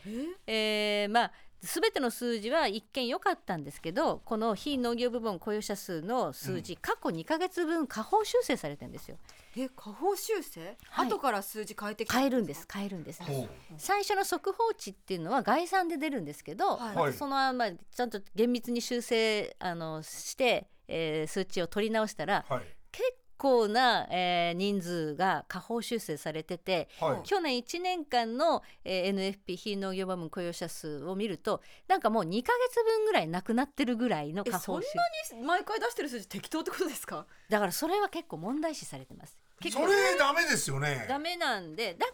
[SPEAKER 3] え
[SPEAKER 4] えーまあ全ての数字は一見良かったんですけどこの非農業部門雇用者数の数字、過去2ヶ月分下方修正されてるんですよ
[SPEAKER 3] え下方修正、
[SPEAKER 4] はい
[SPEAKER 3] 後から数字変えてきた
[SPEAKER 4] 変えるんです変えるんです
[SPEAKER 2] ほ
[SPEAKER 4] 最初の速報値っていうのは概算で出るんですけど、
[SPEAKER 3] はい
[SPEAKER 2] はい
[SPEAKER 4] そのままちゃんと厳密に修正あのして、えー数値を取り直したら
[SPEAKER 2] うはい
[SPEAKER 4] 結構な、えー人数が下方修正されてて、
[SPEAKER 2] はい
[SPEAKER 4] 去年1年間の、えー NFP 非農業部門雇用者数を見るとなんかもう2ヶ月分ぐらいなくなってるぐらいの下方
[SPEAKER 3] え
[SPEAKER 4] 修
[SPEAKER 3] そ毎回出してる数字適当ってことですか
[SPEAKER 4] だからそれは結構問題視されてます結
[SPEAKER 2] そ
[SPEAKER 4] 構
[SPEAKER 2] れダメですよね
[SPEAKER 4] ダメなんでだか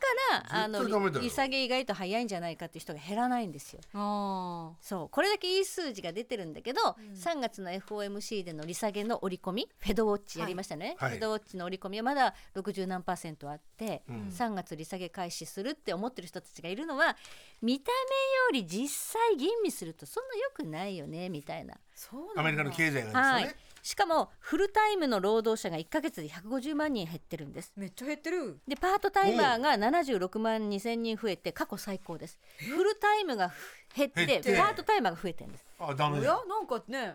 [SPEAKER 4] らあの
[SPEAKER 2] 絶対ダメだよ
[SPEAKER 4] 利下げ意外と早いんじゃないかっていう人が減らないんですよ
[SPEAKER 3] あ
[SPEAKER 4] そうこれだけいい数字が出てるんだけど、
[SPEAKER 3] うん
[SPEAKER 4] 3月の FOMC での利下げの織り込みフェドウォッチやりましたね、
[SPEAKER 2] はい
[SPEAKER 4] フェドウォッチの織り込みはまだ60何パーセントあって、
[SPEAKER 2] うん
[SPEAKER 4] 3月利下げ開始するって思ってる人たちがいるのは見た目より実際吟味するとそんな良くないよねみたいな、
[SPEAKER 3] そうなんだ
[SPEAKER 2] アメリカの経済がですよね、
[SPEAKER 4] はいしかもフルタイムの労働者が1ヶ月で150万人減ってるんです
[SPEAKER 3] めっちゃ減ってる
[SPEAKER 4] でパートタイマーが76万2000人増えて過去最高ですフルタイムが減って
[SPEAKER 2] 減って
[SPEAKER 4] パートタイマーが増えてるんです
[SPEAKER 2] あダ
[SPEAKER 3] お
[SPEAKER 2] メだ
[SPEAKER 3] やなんかね
[SPEAKER 4] っ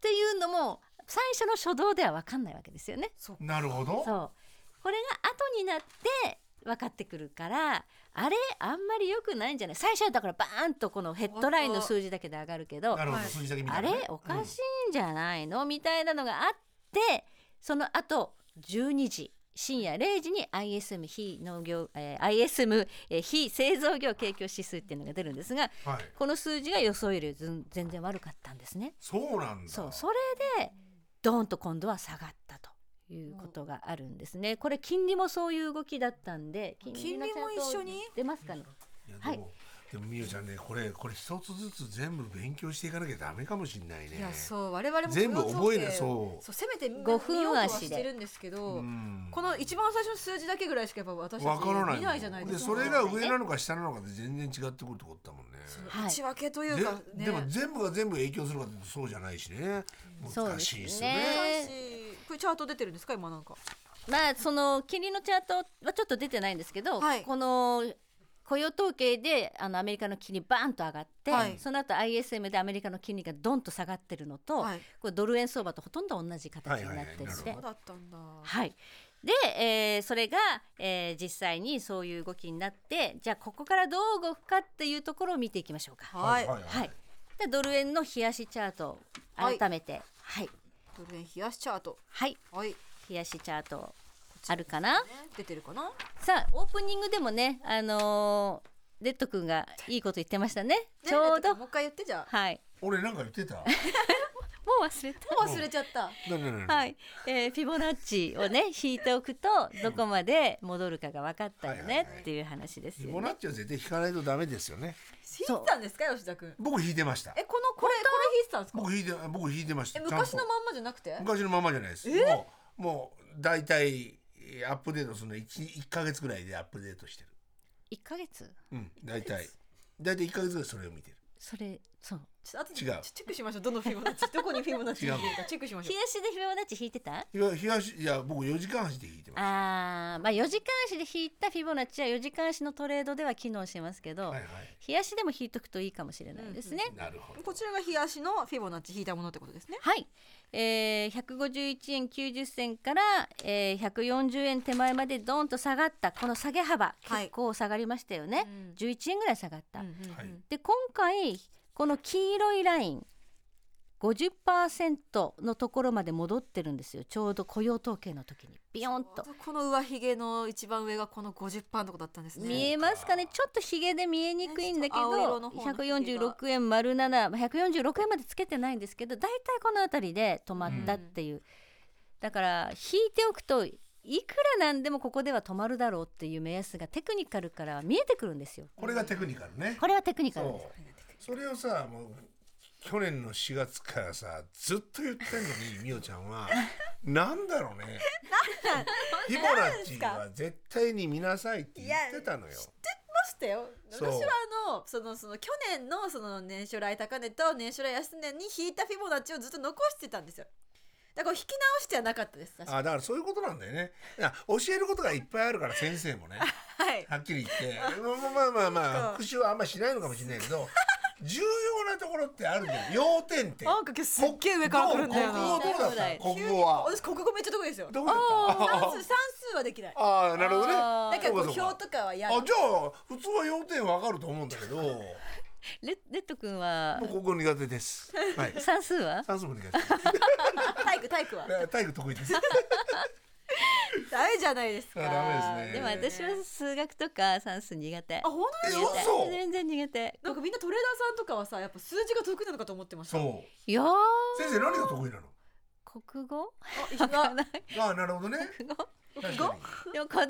[SPEAKER 4] ていうのも最初の初動では分かんないわけですよね。
[SPEAKER 3] そう
[SPEAKER 2] なるほど
[SPEAKER 4] そうこれが後になって分かってくるからあれあんまり良くないんじゃない最初はだからバーンとこのヘッドラインの数字だけで上がるけど
[SPEAKER 2] なるほ
[SPEAKER 3] は
[SPEAKER 2] ど
[SPEAKER 3] い
[SPEAKER 2] 数字だけ見た
[SPEAKER 4] あ
[SPEAKER 2] らね
[SPEAKER 4] れおかしいんじゃないのみたいなのがあってその後12時深夜0時に ISM 非農業、えー ISM、えー非製造業景況指数っていうのが出るんですが
[SPEAKER 2] うんはい
[SPEAKER 4] この数字が予想よりずん全然悪かったんですね。
[SPEAKER 2] そうなんだ
[SPEAKER 4] そうそれでドーンと今度は下がったということがあるんですねこれ金利もそういう動きだったんでが
[SPEAKER 3] 金利も一緒に
[SPEAKER 4] 出ますかね
[SPEAKER 2] いや
[SPEAKER 4] はい
[SPEAKER 2] でも、でもみゆちゃんねこれこれ一つずつ全部勉強していかなきゃダメかもしれないね
[SPEAKER 3] いやそう我々も
[SPEAKER 2] 全部
[SPEAKER 3] 雇用統計
[SPEAKER 2] 覚えなそう
[SPEAKER 3] そうせめて
[SPEAKER 4] 五分
[SPEAKER 3] 見ようとは
[SPEAKER 4] 足で
[SPEAKER 3] してるんですけど、
[SPEAKER 2] うん
[SPEAKER 3] この一番最初の数字だけぐらいしかやっぱ私た
[SPEAKER 2] わ
[SPEAKER 3] ち
[SPEAKER 2] からない
[SPEAKER 3] 見ないじゃないですか
[SPEAKER 2] それが上なのか下なのかで全然違ってくるってことだもんね
[SPEAKER 3] そう
[SPEAKER 4] はい
[SPEAKER 3] 内訳というか
[SPEAKER 2] で
[SPEAKER 3] ね
[SPEAKER 2] でも全部が全部影響するかってそうじゃないしね難しいですね
[SPEAKER 4] そうで
[SPEAKER 3] 難し
[SPEAKER 4] すね
[SPEAKER 3] いこれチャート出てるんですか今なんか
[SPEAKER 4] まあその金利のチャートはちょっと出てないんですけど、
[SPEAKER 3] はい
[SPEAKER 4] この雇用統計であのアメリカの金利バーンと上がって、
[SPEAKER 3] はい
[SPEAKER 4] その後 ISM でアメリカの金利がドンと下がってるのと、
[SPEAKER 3] はい
[SPEAKER 4] これドル円相場とほとんど同じ形になって
[SPEAKER 2] はいはいはいなるほ
[SPEAKER 4] るん
[SPEAKER 2] ど
[SPEAKER 4] で
[SPEAKER 3] そうだったんだ
[SPEAKER 4] はい。で、えーそれが、えー実際にそういう動きになって、じゃあここからどう動くかっていうところを見ていきましょうか。は
[SPEAKER 3] はい、
[SPEAKER 2] はい
[SPEAKER 4] い。でドル円の冷やしチャート
[SPEAKER 3] はい
[SPEAKER 4] 改めて、はい、
[SPEAKER 3] ドル円冷やしチャート
[SPEAKER 4] はい、
[SPEAKER 3] はい
[SPEAKER 4] 冷やしチャート
[SPEAKER 3] こ
[SPEAKER 4] あるかな
[SPEAKER 3] 出てるかな
[SPEAKER 4] さあオープニングでもねあのーレッド君がいいこと言ってましたねちょうど
[SPEAKER 3] もう一回言ってじゃあ
[SPEAKER 4] はい
[SPEAKER 2] 俺なんか言ってた
[SPEAKER 4] もう忘れた
[SPEAKER 3] もう忘れちゃった
[SPEAKER 2] なになになに
[SPEAKER 4] はい、えー、フィボナッチをね引いておくとどこまで戻るかが分かったよ
[SPEAKER 2] はいはい
[SPEAKER 4] ね
[SPEAKER 2] はい
[SPEAKER 4] っていう話です
[SPEAKER 2] フィ
[SPEAKER 4] よ
[SPEAKER 2] ボナ
[SPEAKER 4] ね
[SPEAKER 2] ッ。チは絶対弾かないとダメですよね
[SPEAKER 3] 弾いたんですか吉田君
[SPEAKER 2] 僕弾いてました
[SPEAKER 3] えこのこれこれ弾いてたんですか
[SPEAKER 2] 僕弾いて僕弾いてました
[SPEAKER 3] え昔
[SPEAKER 2] ちゃん
[SPEAKER 3] の
[SPEAKER 2] と
[SPEAKER 3] まんまじゃなくて
[SPEAKER 2] 昔のままじゃないですもうもう大体えーアップデートするの 1, 1ヶ月ぐらいでアップデートしてる
[SPEAKER 4] 一ヶ月？
[SPEAKER 2] うん大体大体1ヶ月ぐらいそれを見てる
[SPEAKER 4] それそう。
[SPEAKER 3] ちょっと後で
[SPEAKER 2] 違う
[SPEAKER 3] チェックしましょうどのフィボナッ チどこにフィボナッチ
[SPEAKER 2] 違う
[SPEAKER 3] がいるかチェックしましょ
[SPEAKER 4] 日
[SPEAKER 3] う
[SPEAKER 4] 足でフィボナッチ引いてた？
[SPEAKER 2] いや東いや僕4時間走って弾いてます
[SPEAKER 4] ああ、まあ四時間足で引いたフィボナッチは四時間足のトレードでは機能しますけど、
[SPEAKER 2] はいはい
[SPEAKER 4] 日足でも引いとくといいかもしれないですね。
[SPEAKER 2] なるほど
[SPEAKER 3] こちらが冷やしのフィボナッチ引いたものってことですね
[SPEAKER 4] はい、えー、151円90銭から、えー、140円手前までドンと下がったこの下げ幅、
[SPEAKER 3] はい
[SPEAKER 4] 結構下がりましたよね、
[SPEAKER 3] うん
[SPEAKER 4] 11円ぐらい下がった、
[SPEAKER 3] うんうんうん
[SPEAKER 2] はい
[SPEAKER 4] で今回この黄色いライン50%のところまで戻ってるんですよちょうど雇用統計の時にビヨンと
[SPEAKER 3] この上髭の一番上がこの50%のとこだったんですね
[SPEAKER 4] 見えますかねちょっとひげで見えにくいんだけど
[SPEAKER 3] ねちょっと青色の方の髭が
[SPEAKER 4] 146円丸7まあ146円までつけてないんですけど大体この辺りで止まったっていう、だから引いておくといくらなんでもここでは止まるだろうっていう目安がテクニカルから見えてくるんですよ
[SPEAKER 2] これがテクニカルね
[SPEAKER 4] これはテクニカルです
[SPEAKER 2] そうそれをさもう去年の4月からさずっと言ってんのに みおちゃんはなんだろうねヒボラッチは絶対に見なさいって言ってたのよ
[SPEAKER 3] ましたよ私
[SPEAKER 2] そう
[SPEAKER 3] はあのそのその去年のその年初来高値と年初来安値に引いたフィボナッチをずっと残してたんですよだから引き直してはなかったです確か
[SPEAKER 2] あだからそういうことなんだよねいや教えることがいっぱいあるから先生もね
[SPEAKER 3] はい
[SPEAKER 2] はっきり言ってまあまあまあまあ復習はあんましないのかもしれないけ ど重要なところってあるじゃん要点って
[SPEAKER 3] なんか今日すっげえ上から来るんだよ
[SPEAKER 2] こ
[SPEAKER 3] な
[SPEAKER 2] 国語どうだった国語は
[SPEAKER 3] 私国語めっちゃ得意ですよ
[SPEAKER 2] どうだった
[SPEAKER 3] 算数算数はできない
[SPEAKER 2] ああなるほどね
[SPEAKER 4] あ
[SPEAKER 3] だからこう
[SPEAKER 2] そう
[SPEAKER 3] 表
[SPEAKER 2] かそうか
[SPEAKER 3] とかは嫌だ
[SPEAKER 2] あじゃあ普通は要点わかると思うんだけど
[SPEAKER 4] レレッド君は
[SPEAKER 2] 僕ここ苦手ですはい
[SPEAKER 4] 算数は
[SPEAKER 2] 算数も苦手です
[SPEAKER 3] 体育体育は
[SPEAKER 2] 体育得意です
[SPEAKER 3] ダメじゃないですか
[SPEAKER 2] あダメですね
[SPEAKER 4] でも私は数学とか算数苦手
[SPEAKER 3] あ本当
[SPEAKER 2] え
[SPEAKER 3] ですか
[SPEAKER 2] 嘘
[SPEAKER 4] 全然苦手
[SPEAKER 3] なんかみんなトレーダーさんとかはさやっぱ数字が得意なのかと思ってました
[SPEAKER 2] そう
[SPEAKER 4] いやー
[SPEAKER 2] 先生何が得意なの
[SPEAKER 4] 国語
[SPEAKER 3] あい
[SPEAKER 4] わか
[SPEAKER 3] や
[SPEAKER 4] んない
[SPEAKER 2] ああなるほどね
[SPEAKER 4] 国語
[SPEAKER 2] 確か
[SPEAKER 4] でも子供の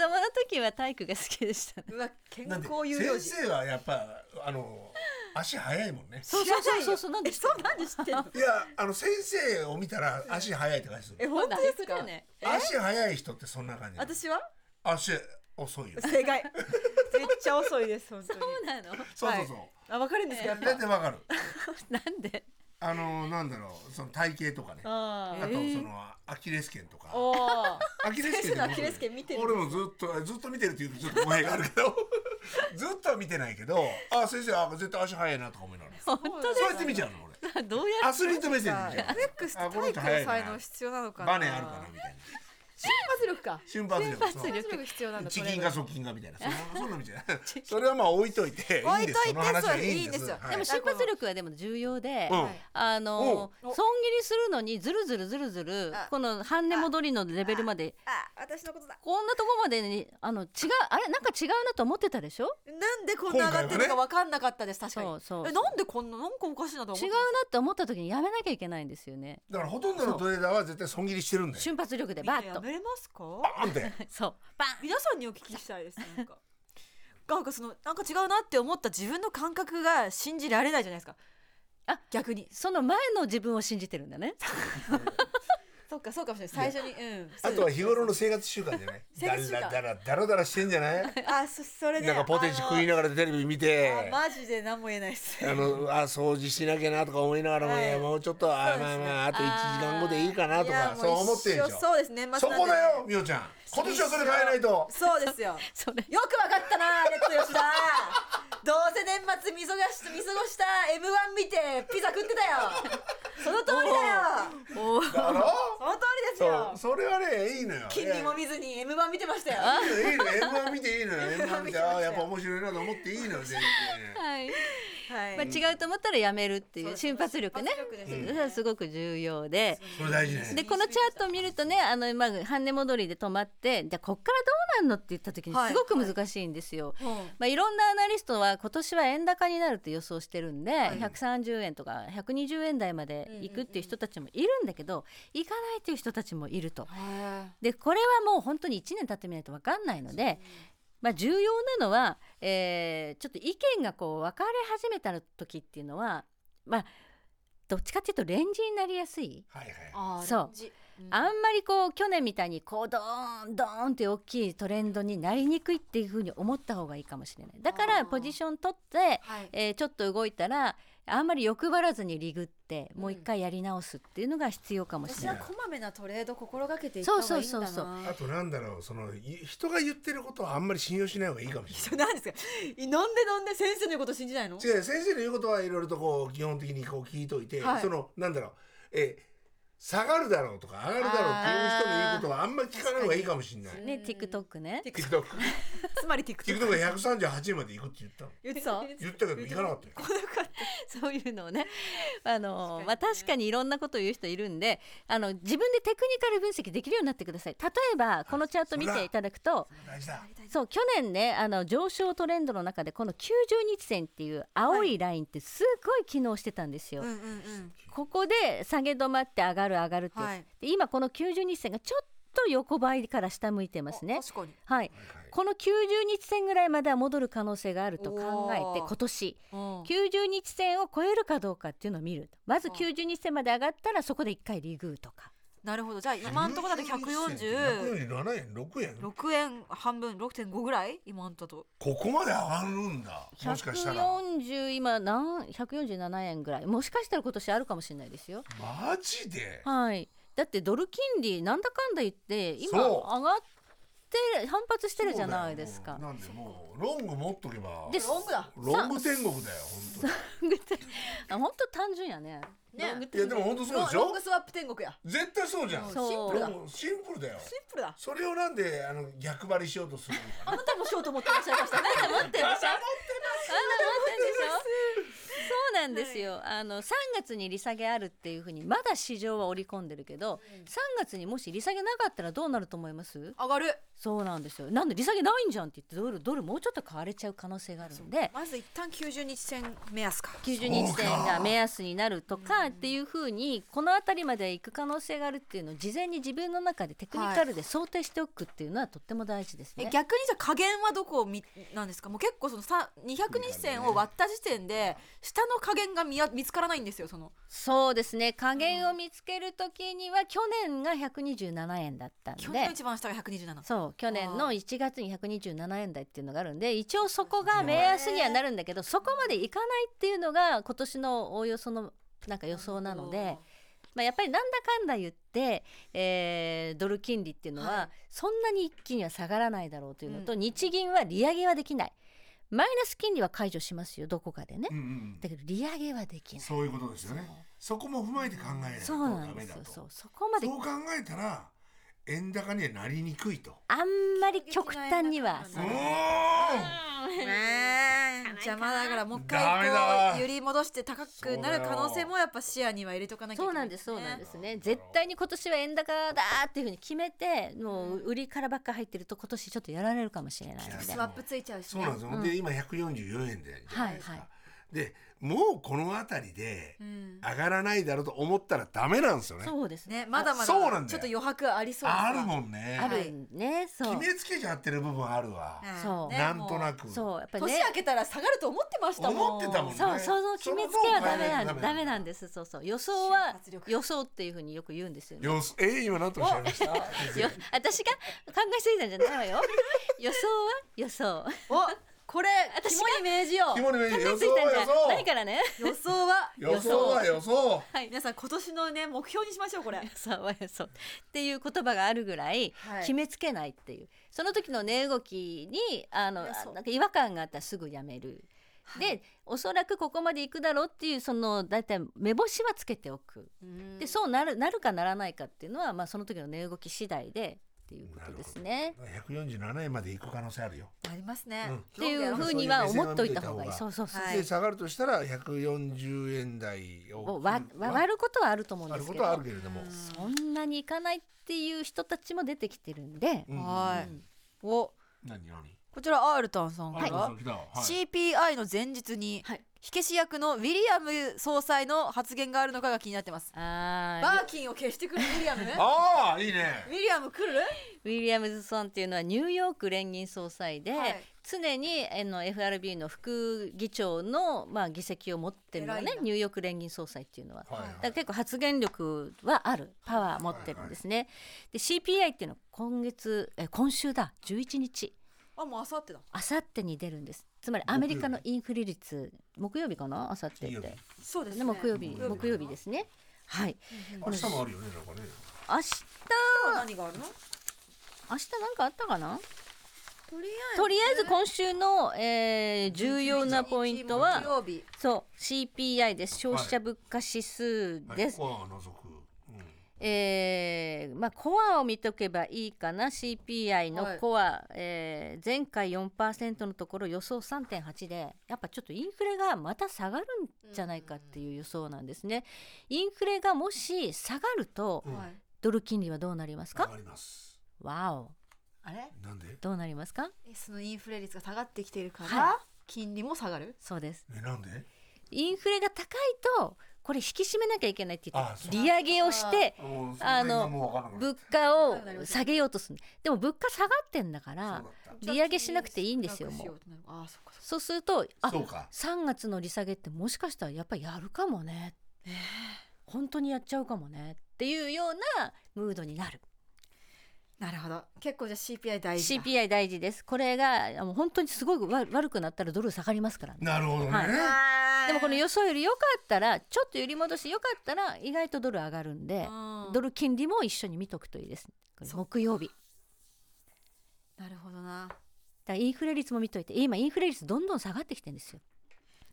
[SPEAKER 4] 時は体育が好きでしたね。
[SPEAKER 3] うわ健
[SPEAKER 2] になん
[SPEAKER 3] 康
[SPEAKER 2] で
[SPEAKER 3] 有用児
[SPEAKER 2] 先生はやっぱあの足速いもんね
[SPEAKER 3] 知らないよ
[SPEAKER 4] そうそうそうそうなんで
[SPEAKER 3] えそうなんで知ってんの
[SPEAKER 2] いやあの先生を見たら足速いって感じする
[SPEAKER 3] え本当です
[SPEAKER 4] そうだ
[SPEAKER 3] か
[SPEAKER 4] ね
[SPEAKER 2] 足速い人ってそんな感じ
[SPEAKER 3] 私は
[SPEAKER 2] 足遅いよ
[SPEAKER 3] 正 解めっちゃ遅いです本当に
[SPEAKER 4] そうなの。
[SPEAKER 2] そうそうそう
[SPEAKER 3] あ分かるんですかやっぱ
[SPEAKER 2] 大体わかる
[SPEAKER 4] なんで。
[SPEAKER 2] あのなんだろうその体型とかね
[SPEAKER 3] あ
[SPEAKER 2] あとそのアキレス腱とか
[SPEAKER 3] おー
[SPEAKER 2] アキレス
[SPEAKER 3] 先生
[SPEAKER 2] 腱
[SPEAKER 3] のアキレス腱見てる
[SPEAKER 2] 俺もずっとずっと見てるっていうとちょっと語弊があるけど ずっとは見てないけどあ先生あ絶対足速いなとか思いながら
[SPEAKER 4] 本
[SPEAKER 2] そうやって見ちゃうの俺
[SPEAKER 4] 当だ。どうや
[SPEAKER 2] アスリート目線で見ちゃ
[SPEAKER 3] ネックス
[SPEAKER 2] あこの
[SPEAKER 3] 体
[SPEAKER 2] 人
[SPEAKER 3] 育の
[SPEAKER 2] 早いな
[SPEAKER 3] 才能必要なのか
[SPEAKER 2] う
[SPEAKER 3] な
[SPEAKER 2] バネあるかなみたいな
[SPEAKER 3] 瞬発力か
[SPEAKER 2] 瞬発力
[SPEAKER 4] 瞬発力
[SPEAKER 3] 瞬発力必要なんだ
[SPEAKER 2] チ
[SPEAKER 3] トレー
[SPEAKER 2] キン
[SPEAKER 3] ド
[SPEAKER 2] か側近かみたいなそん なそんなみたいなそれはまあ置いといて
[SPEAKER 3] 置
[SPEAKER 2] い
[SPEAKER 3] い
[SPEAKER 2] いで
[SPEAKER 3] とい
[SPEAKER 2] す
[SPEAKER 3] て
[SPEAKER 2] その話はいいんで
[SPEAKER 3] そういいんですすよ
[SPEAKER 2] は
[SPEAKER 4] で
[SPEAKER 2] い
[SPEAKER 4] も瞬発力はでも重要で。
[SPEAKER 2] うん
[SPEAKER 3] はい
[SPEAKER 4] あの
[SPEAKER 3] おう
[SPEAKER 4] 損切りするのにずるずるずるずる
[SPEAKER 3] あ
[SPEAKER 4] この半値戻りのレベルまで
[SPEAKER 3] あ私のことだ
[SPEAKER 4] こんなとこまでにあの違うあれなんか違うなと思ってたでしょ
[SPEAKER 3] なんでこんな上がってるか分かんなかったです確かに
[SPEAKER 4] そうそう
[SPEAKER 3] えなんでこんななんかおかしいなと思っ
[SPEAKER 4] 違
[SPEAKER 3] て
[SPEAKER 4] うな
[SPEAKER 3] まし
[SPEAKER 4] って思った時にやめなきゃいけないんですよね
[SPEAKER 2] だからほとんどのトレーダーは絶対損切りしてるんだよ
[SPEAKER 4] 瞬発力で
[SPEAKER 3] た
[SPEAKER 4] バ
[SPEAKER 3] みん
[SPEAKER 4] ッ
[SPEAKER 3] な
[SPEAKER 4] と
[SPEAKER 3] やめれますか
[SPEAKER 2] バーン って
[SPEAKER 4] そうバン
[SPEAKER 3] 皆さんにお聞きしたいですなんかなんかそのなんか違うなって思った自分の感覚が信じられないじゃないですか
[SPEAKER 4] あ
[SPEAKER 3] 逆に
[SPEAKER 4] その前の自分を信じてるんだね
[SPEAKER 3] そっかそうかもしれない最初にうん
[SPEAKER 2] あとは日頃の生活習慣じゃない
[SPEAKER 3] 生活習
[SPEAKER 2] だ
[SPEAKER 3] 慣
[SPEAKER 2] らだらだらだらしてんじゃ ない
[SPEAKER 3] あそそれで
[SPEAKER 2] なんかポテチ食い
[SPEAKER 3] な
[SPEAKER 2] ながらテレビ見て
[SPEAKER 3] マジで何も言えないです
[SPEAKER 2] あのあ掃除しなきゃなとか思いながらも、
[SPEAKER 3] はい
[SPEAKER 2] いやもうちょっとあ、
[SPEAKER 3] そうです
[SPEAKER 2] まあ
[SPEAKER 3] ね
[SPEAKER 2] まああと1
[SPEAKER 4] あー
[SPEAKER 2] 時間後でいいかなと
[SPEAKER 3] いや
[SPEAKER 2] か
[SPEAKER 3] も
[SPEAKER 2] そう思ってるでし
[SPEAKER 3] 一
[SPEAKER 2] ょ
[SPEAKER 3] 緒そうです年末
[SPEAKER 2] そ
[SPEAKER 3] なんで
[SPEAKER 2] こだよみおちゃん今年はそれ変えないと
[SPEAKER 3] そうですよ
[SPEAKER 4] それ
[SPEAKER 3] よく分かったなレッド吉田どうせ年末見過ごし見過ごした M1 見てピザ食ってたよその通りだよ
[SPEAKER 4] おー
[SPEAKER 2] だろ
[SPEAKER 3] その通りです
[SPEAKER 2] そ
[SPEAKER 3] よ
[SPEAKER 2] うそれはねいいのよ
[SPEAKER 3] 金利も見ずに M 版見てましたよ
[SPEAKER 2] いやいいのいいの M1 見ていいのよ M1 見てああやっぱ面白いなと思っていいのよ全然
[SPEAKER 4] はい
[SPEAKER 3] はい
[SPEAKER 4] まあ、違うと思ったらやめるっていう瞬発力ね
[SPEAKER 3] 瞬発力ですよね
[SPEAKER 4] それはすごく重要で
[SPEAKER 2] それ大事ね
[SPEAKER 4] でこのチャートを見るとねあの、まあ、半値戻りで止まってじゃあこっからどうなんのって言った時に
[SPEAKER 3] はい
[SPEAKER 4] すごく難しいんですよ。
[SPEAKER 3] うん
[SPEAKER 4] まあ、いろんなアナリストは今年は円高になるって予想してるんで、
[SPEAKER 3] い
[SPEAKER 4] 130円とか120円台まで行くっていう人たちもいるんだけど、行かないっていう人たちもいると。でこれはもう本当に1年経ってみないと分かんないので、まあ、重要なのは、えーちょっと意見がこう分かれ始めた時っていうのは、まあ、どっちかっていうとレンジになりやすい。
[SPEAKER 2] はいはい
[SPEAKER 3] あー
[SPEAKER 4] そう
[SPEAKER 3] レンジうん
[SPEAKER 4] あんまりこう去年みたいにこうドーンドーンって大きいトレンドになりにくいっていうふうに思った方がいいかもしれないだか
[SPEAKER 3] あ
[SPEAKER 4] ら
[SPEAKER 3] ー
[SPEAKER 4] ポジション取って、
[SPEAKER 3] はい
[SPEAKER 4] えーちょっと動いたらあんまり欲張らずにリグってもう一
[SPEAKER 3] うん
[SPEAKER 4] 回やり直すっていうのが必要かもし
[SPEAKER 3] 私
[SPEAKER 4] れな、
[SPEAKER 3] はいこまめなトレード心がけていった方がいいんだ
[SPEAKER 4] そうそう
[SPEAKER 3] な
[SPEAKER 4] そうそう
[SPEAKER 2] あとなんだろうそのい人が言ってることはあんまり信用しない方がいいかもしれない
[SPEAKER 3] 何ですか飲んで飲んで先生の言うこと信じないの
[SPEAKER 2] 違う先生の言うことはいろいろとこう基本的にこう聞いといて、
[SPEAKER 3] はい
[SPEAKER 2] そのなんだろうえ下がるだろうとか上がるだろうっていう人の言うことはあんまり聞かない方がいいかもしれない
[SPEAKER 4] ね
[SPEAKER 3] うん
[SPEAKER 4] TikTok ね
[SPEAKER 2] TikTok
[SPEAKER 3] つまり TikTok
[SPEAKER 2] TikTok が138円まで行くって言ったの
[SPEAKER 3] 言って
[SPEAKER 4] そう
[SPEAKER 2] 言ったけど行かなかったよ
[SPEAKER 4] そういうのをね、あの
[SPEAKER 3] 確かにね
[SPEAKER 4] まあ確かにいろんなことを言う人いるんで、あの自分でテクニカル分析できるようになってください。例えばこのチャート見ていただくと、
[SPEAKER 2] 大事だ
[SPEAKER 4] そう去年ねあの上昇トレンドの中でこの90日線っていう青いラインってすごい機能してたんですよ。
[SPEAKER 3] うんうんうん
[SPEAKER 4] ここで下げ止まって上がる上がるっていう、
[SPEAKER 3] はい
[SPEAKER 4] で今この90日線がちょっと横ばいから下向いてますね
[SPEAKER 3] あ。確かに
[SPEAKER 4] はい。この90日線ぐらいまでは戻る可能性があると考えて
[SPEAKER 3] おー
[SPEAKER 4] 今年。
[SPEAKER 3] うん
[SPEAKER 4] 90日線を超えるかどうかっていうのを見るまず
[SPEAKER 3] うん
[SPEAKER 4] 90日線まで上がったらそこで一回リグーとか
[SPEAKER 3] なるほどじゃあ今んとこだと146
[SPEAKER 2] 147円6円
[SPEAKER 3] 円半分6.5ぐらい今んとこ
[SPEAKER 2] ここまで上がるんだもしかしたら
[SPEAKER 4] 140今なん147円ぐらいもしかしたら今年あるかもしれないですよ
[SPEAKER 2] マジで
[SPEAKER 4] はいだってドル金利なんだかんだ言って
[SPEAKER 2] そ
[SPEAKER 4] 今
[SPEAKER 2] う
[SPEAKER 4] 上がって反発してるじゃないです
[SPEAKER 2] そ
[SPEAKER 4] か
[SPEAKER 2] うだよなんでもうロング持っとけば
[SPEAKER 4] で
[SPEAKER 3] ロングだ
[SPEAKER 2] ロング天国だよ本
[SPEAKER 4] あ本当単純やね
[SPEAKER 3] ね
[SPEAKER 4] ロング
[SPEAKER 2] 当にいやでも本当そうでし
[SPEAKER 3] ロン
[SPEAKER 2] ょ
[SPEAKER 3] グスワップ天国や
[SPEAKER 2] 絶対そうじゃん
[SPEAKER 4] そ
[SPEAKER 3] シン
[SPEAKER 4] う
[SPEAKER 3] プルだ
[SPEAKER 2] ロ
[SPEAKER 3] シ
[SPEAKER 2] ングシンプルだよ
[SPEAKER 3] ンプルだ
[SPEAKER 2] それをなんであの逆張りしようとするの
[SPEAKER 3] あ
[SPEAKER 2] か
[SPEAKER 3] なたもしようと思ってらっしゃいましたね
[SPEAKER 4] 持ってるでしょあんな持ってるでしょそうなんですよ、あの3月に利下げあるっていうふうにまだ市場は織り込んでるけど、3月にもし利下げなかったらどうなると思います
[SPEAKER 3] 上がる
[SPEAKER 4] そうなんですよなんで利下げないんじゃんって言ってドルドルもうちょっと買われちゃう可能性があるんで
[SPEAKER 3] まず一旦90日線目安か
[SPEAKER 4] 90日
[SPEAKER 2] そう
[SPEAKER 4] 線
[SPEAKER 2] か
[SPEAKER 4] が目安になるとかっていうふうにこの辺りまで行く可能性があるっていうのを事前に自分の中でテクニカルで想定しておくっていうのはとっても大事です
[SPEAKER 3] え
[SPEAKER 4] ね。
[SPEAKER 3] 逆にじゃあ加減はどこを見なんですかもう結構そのさ200日線を割った時点で下の加減が見や見つからないんですよその
[SPEAKER 4] そうですね加減を見つける時には去年が127円だったんで
[SPEAKER 3] 去年の一番下が127
[SPEAKER 4] そう去年の
[SPEAKER 3] あ
[SPEAKER 4] 1月に127円台っていうのがあるんで一応そこが目安にはなるんだけどそこまでいかないっていうのが今年のおおよそのなんか予想なので、まあ、やっぱりなんだかんだ言って、えードル金利っていうの
[SPEAKER 3] は
[SPEAKER 4] はいそんなに一気には下がらないだろうというのと、
[SPEAKER 3] うん
[SPEAKER 4] 日銀は利上げはできないマイナス金利は解除しますよどこかでね
[SPEAKER 2] うんうん
[SPEAKER 4] だけど利上げはできない
[SPEAKER 2] そういうことですよねそこも踏まえて考えないと
[SPEAKER 4] そ
[SPEAKER 2] ダ
[SPEAKER 4] うなんで
[SPEAKER 2] メだ
[SPEAKER 4] すよ
[SPEAKER 2] と
[SPEAKER 4] そうそこまで
[SPEAKER 2] そう考えたら円高にはなりにくいと
[SPEAKER 4] あんまり極端には
[SPEAKER 3] 急
[SPEAKER 2] うー
[SPEAKER 3] 激
[SPEAKER 2] ん
[SPEAKER 3] なねえ邪魔だからもう一
[SPEAKER 2] ダメ
[SPEAKER 3] 回
[SPEAKER 2] だ
[SPEAKER 3] こう揺り戻して高くなる可能性もやっぱ視野には入れとかなきゃい
[SPEAKER 4] そ
[SPEAKER 3] け
[SPEAKER 4] う
[SPEAKER 3] な
[SPEAKER 4] ないんです、そうなんです
[SPEAKER 2] な
[SPEAKER 4] ね
[SPEAKER 2] る。ほど
[SPEAKER 4] 絶対に今年は円高だっていうふうに決めて、もう売りからばっか入ってると今年ちょっとやられるかもしれないの
[SPEAKER 2] い
[SPEAKER 4] で
[SPEAKER 3] ス。ワップついちゃうし
[SPEAKER 2] そう
[SPEAKER 3] ね
[SPEAKER 2] なんですよ、
[SPEAKER 4] うん
[SPEAKER 2] で今144円でじゃないですか、
[SPEAKER 4] はいは
[SPEAKER 2] でもうこの辺りで
[SPEAKER 3] うん
[SPEAKER 2] 上がらないだろうと思ったらダメなんですよね
[SPEAKER 4] そうですね。
[SPEAKER 3] ねまだまだち
[SPEAKER 2] そう
[SPEAKER 3] ょ
[SPEAKER 2] なんだ
[SPEAKER 3] っ
[SPEAKER 2] よ
[SPEAKER 3] と余白ありそうですが
[SPEAKER 2] あるもんね
[SPEAKER 4] あ
[SPEAKER 3] は
[SPEAKER 4] る
[SPEAKER 3] い
[SPEAKER 4] ね、そう
[SPEAKER 2] 決。めつけちゃってる部分あるわ、
[SPEAKER 3] はい
[SPEAKER 4] そう
[SPEAKER 3] ね
[SPEAKER 2] なんとな
[SPEAKER 3] も
[SPEAKER 2] く
[SPEAKER 4] そう、やっぱ
[SPEAKER 3] う
[SPEAKER 4] りね
[SPEAKER 3] 年。明けたら下がると思ってましたもん
[SPEAKER 2] 思ってたもんね
[SPEAKER 4] そう、その決めつけはダメな
[SPEAKER 2] その方を変
[SPEAKER 4] ん
[SPEAKER 2] えないとダメなんだ
[SPEAKER 4] ダメなんです。そうそう。予想は
[SPEAKER 3] 瞬発力
[SPEAKER 4] 予想っていうふうによく言うんですよね。
[SPEAKER 2] よすえー、今なんとおっしゃいました
[SPEAKER 4] よ私が考えすぎたんじゃな いわよ。予想は予想。
[SPEAKER 3] おこれ
[SPEAKER 4] 私が
[SPEAKER 3] 肝に銘じよう
[SPEAKER 2] 肝に銘じ
[SPEAKER 4] 考
[SPEAKER 2] て
[SPEAKER 4] え
[SPEAKER 2] 予
[SPEAKER 4] す
[SPEAKER 2] 想
[SPEAKER 4] ぎ
[SPEAKER 2] は
[SPEAKER 4] たんじ
[SPEAKER 2] 予
[SPEAKER 4] ゃ
[SPEAKER 2] 想
[SPEAKER 4] ないからね。
[SPEAKER 3] 予想は
[SPEAKER 2] 予想は予想
[SPEAKER 3] はい皆さん今年のね目標にしましょうこれ
[SPEAKER 4] 爽やそうっていう言葉があるぐらい
[SPEAKER 3] はい
[SPEAKER 4] 決めつけないっていう、その時の値動きにあの
[SPEAKER 3] いやそう
[SPEAKER 4] なんか違和感があったらすぐやめるでおそらくここまで行くだろうっていうその大体目星はつけておく
[SPEAKER 3] うん
[SPEAKER 4] でそうなるなるかならないかっていうのは、まあ、その時の値動き次第でっていうことですね。
[SPEAKER 2] 147円まで行く可能性あるよ。
[SPEAKER 3] ありますね、
[SPEAKER 2] うん
[SPEAKER 4] っていうふうには思っておいた方がいい。
[SPEAKER 2] そ
[SPEAKER 4] そううそうそう。
[SPEAKER 3] はい
[SPEAKER 2] で下がるとしたら140円台を
[SPEAKER 4] をわわ割ることはあると思うん
[SPEAKER 2] あ
[SPEAKER 4] で
[SPEAKER 2] る
[SPEAKER 4] す
[SPEAKER 2] こ
[SPEAKER 4] け
[SPEAKER 2] とはある
[SPEAKER 4] ど、
[SPEAKER 2] けれども。
[SPEAKER 4] そんなにいかないっていう人たちも出てきてるんで、
[SPEAKER 2] うん
[SPEAKER 3] はい、お
[SPEAKER 2] 何何。
[SPEAKER 3] こちらアールタンさんから、
[SPEAKER 2] あ来たわはい
[SPEAKER 3] CPI の前日に、
[SPEAKER 4] はい
[SPEAKER 3] 火消し役のウィリアム総裁の発言があるのかが気になってます
[SPEAKER 4] あ
[SPEAKER 3] バ
[SPEAKER 4] ー
[SPEAKER 3] ーキンを消してくるウィリアムウィ
[SPEAKER 2] ああいいね。
[SPEAKER 3] リアム来る
[SPEAKER 4] ウィリアムズソンっていうのはニューヨーク連銀総裁で、
[SPEAKER 3] はい
[SPEAKER 4] 常にあの FRB の副議長の、まあ、議席を持ってるのが
[SPEAKER 3] 偉
[SPEAKER 4] ね
[SPEAKER 3] いな
[SPEAKER 4] ニューヨーク連銀総裁っていうのは。
[SPEAKER 2] はい
[SPEAKER 4] だ
[SPEAKER 2] は
[SPEAKER 4] から
[SPEAKER 2] い。
[SPEAKER 4] 結構発言力はあるパワー持ってるんですね。で CPI っていうのは今月え今週だ11日
[SPEAKER 3] あもう明後日だ
[SPEAKER 4] あさってに出るんですつまりアメリカのインフレ率木曜日かなあさって
[SPEAKER 2] 金
[SPEAKER 4] って
[SPEAKER 2] 曜日
[SPEAKER 4] ね
[SPEAKER 3] そうですね
[SPEAKER 4] 木曜日
[SPEAKER 2] 木曜日
[SPEAKER 4] 木曜日ですねはい
[SPEAKER 2] 明日もあるよねなんかね。
[SPEAKER 4] 明日
[SPEAKER 3] 今日は何があるの
[SPEAKER 4] 明日なんかあったかな
[SPEAKER 3] とりあえず
[SPEAKER 4] とりあえず今週の、えー重要なポイント
[SPEAKER 3] 木
[SPEAKER 4] は
[SPEAKER 3] 曜日
[SPEAKER 4] そう CPI です消費者物価指数
[SPEAKER 2] はい
[SPEAKER 4] です、
[SPEAKER 2] コアは除く。うん
[SPEAKER 4] えーまあ、コアを見とけばいいかな CPI
[SPEAKER 3] は
[SPEAKER 4] の
[SPEAKER 3] い
[SPEAKER 4] コア、えー前回4%のところ予想3.8でやっぱちょっとインフレがまた下がるんじゃないかっていう予想なんですね。インフレがもし下がると
[SPEAKER 2] うん
[SPEAKER 3] はい
[SPEAKER 4] ドル金利はどうなります
[SPEAKER 2] 上
[SPEAKER 4] か
[SPEAKER 2] がります。
[SPEAKER 4] わお
[SPEAKER 3] あれ
[SPEAKER 2] なんで？
[SPEAKER 4] どうなりますか
[SPEAKER 3] えそのインフレ率が下がってきているから、
[SPEAKER 4] は
[SPEAKER 3] 金利も下がる
[SPEAKER 4] そうです
[SPEAKER 2] えなんで？
[SPEAKER 4] インフレが高いとこれ引き締めなきゃいけないって言
[SPEAKER 2] あ
[SPEAKER 4] っ
[SPEAKER 2] そ
[SPEAKER 4] て
[SPEAKER 2] う
[SPEAKER 4] 利上げをして
[SPEAKER 2] もうそ
[SPEAKER 4] あ
[SPEAKER 2] 辺
[SPEAKER 4] の
[SPEAKER 2] がもう分からなくなっ
[SPEAKER 4] 物価を
[SPEAKER 3] わかりました
[SPEAKER 4] 下げようとするでも物価下がってんだから
[SPEAKER 2] たそうだっ
[SPEAKER 4] 利上げしなくていいんですよ
[SPEAKER 3] じゃあ
[SPEAKER 4] もう
[SPEAKER 3] 金利を少なくしようってなるあーそっかそっか
[SPEAKER 4] そうすると
[SPEAKER 2] た
[SPEAKER 4] あ
[SPEAKER 2] そうか。
[SPEAKER 4] 3月の利下げってもしかしたらやっぱりやるかもね、本当にやっちゃうかもねっていうようなムードになる
[SPEAKER 3] なるほど結構じゃあ CPI 大事だ
[SPEAKER 4] CPI 大事ですこれがあの本当にすごくわ悪くなったらドル下がりますからね
[SPEAKER 2] なるほどね。
[SPEAKER 4] はい
[SPEAKER 3] あー
[SPEAKER 4] でもこの予想より良かったらちょっと寄り戻し良かったら意外とドル上がるんで
[SPEAKER 3] うん
[SPEAKER 4] ドル金利も一緒に見とくといいですこれ
[SPEAKER 3] そっ
[SPEAKER 4] 木曜日だか
[SPEAKER 3] なるほどな
[SPEAKER 4] らインフレ率も見といて今インフレ率どんどん下がってきてるんですよ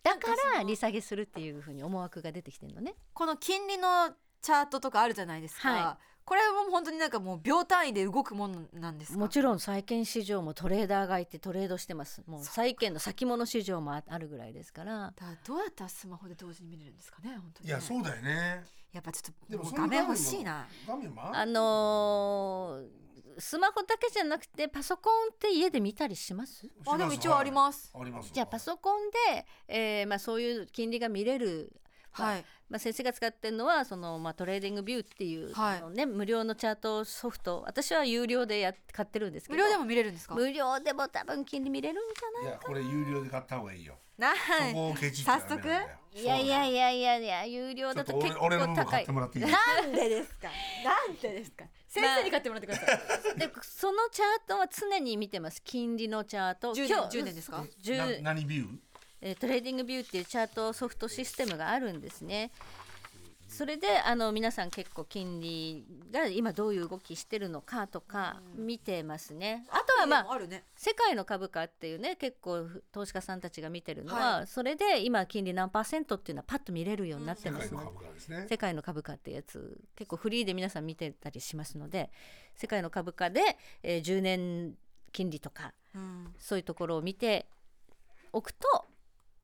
[SPEAKER 4] だか
[SPEAKER 3] なんかそ
[SPEAKER 4] ら
[SPEAKER 3] の
[SPEAKER 4] 利下げするっていうふうに思惑が出てきてるのね
[SPEAKER 3] この金利のチャートとかあるじゃないですか、
[SPEAKER 4] は
[SPEAKER 3] これも本当になんかもう秒単位で動くもんなんですか
[SPEAKER 4] もちろん債券市場もトレーダーがいてトレードしてますもう
[SPEAKER 3] そう
[SPEAKER 4] 債券の先物市場もああるぐらいですから
[SPEAKER 3] だからどうやったらスマホで同時に見れるんですかね本当に
[SPEAKER 2] い
[SPEAKER 3] ね、
[SPEAKER 2] やそうだよね。
[SPEAKER 3] やっぱちょっ
[SPEAKER 2] で
[SPEAKER 3] と
[SPEAKER 2] も
[SPEAKER 3] もう
[SPEAKER 2] その
[SPEAKER 3] 画面欲しいな
[SPEAKER 2] 画面も
[SPEAKER 4] あのースマホだけじゃなくてパソコンって家で見たりします
[SPEAKER 3] あでも一応あります
[SPEAKER 2] す。あります。
[SPEAKER 4] じゃあパソコンで、えーまあ、そういう金利が見れる、まあ
[SPEAKER 3] はい
[SPEAKER 4] まあ、先生が使ってるのはその、まあ、トレーディングビューっていう、
[SPEAKER 3] はい
[SPEAKER 4] あのね、無料のチャートソフト私は有料でやっ買ってるんですけ
[SPEAKER 3] 無
[SPEAKER 4] ど
[SPEAKER 3] 料でも見れるんですか
[SPEAKER 4] 無料でも多分金利見れるんじゃない
[SPEAKER 2] いやこれ有料で買った方がいいよ。
[SPEAKER 3] な
[SPEAKER 2] そこをケチっちゃダメなんだよ
[SPEAKER 4] いやいやいやいやいや有料
[SPEAKER 2] ちょ
[SPEAKER 4] だ
[SPEAKER 2] っ
[SPEAKER 4] と
[SPEAKER 2] と
[SPEAKER 4] 結
[SPEAKER 2] 俺俺の
[SPEAKER 4] 構
[SPEAKER 2] 分も
[SPEAKER 4] 高
[SPEAKER 2] 買
[SPEAKER 4] い
[SPEAKER 2] ってもらっていい？
[SPEAKER 3] なんでですかなんでですか先生に買ってもらってください、
[SPEAKER 4] でそのチャートは常に見てます金利のチャート
[SPEAKER 3] 10年
[SPEAKER 4] 今日
[SPEAKER 3] 10年ですか
[SPEAKER 4] 10
[SPEAKER 2] な何ビュー？
[SPEAKER 4] えートレーディングビューっていうチャートソフトシステムがあるんですね。それであの皆さん結構金利が今どういう動きしてるのかとか見てますね。あとは まあ
[SPEAKER 3] あるね
[SPEAKER 4] 世界の株価っていうね結構投資家さんたちが見てるのは、
[SPEAKER 3] は
[SPEAKER 4] それで今金利何パーセントっていうのはパッと見れるようになって
[SPEAKER 2] 世
[SPEAKER 4] ま
[SPEAKER 2] 界
[SPEAKER 4] す
[SPEAKER 2] の
[SPEAKER 4] ので、
[SPEAKER 2] 株価ですね。
[SPEAKER 4] 世界の株価ってやつ結構フリーで皆さん見てたりしますので世界の株価で、えー10年金利とか
[SPEAKER 3] うん
[SPEAKER 4] そういうところを見ておくと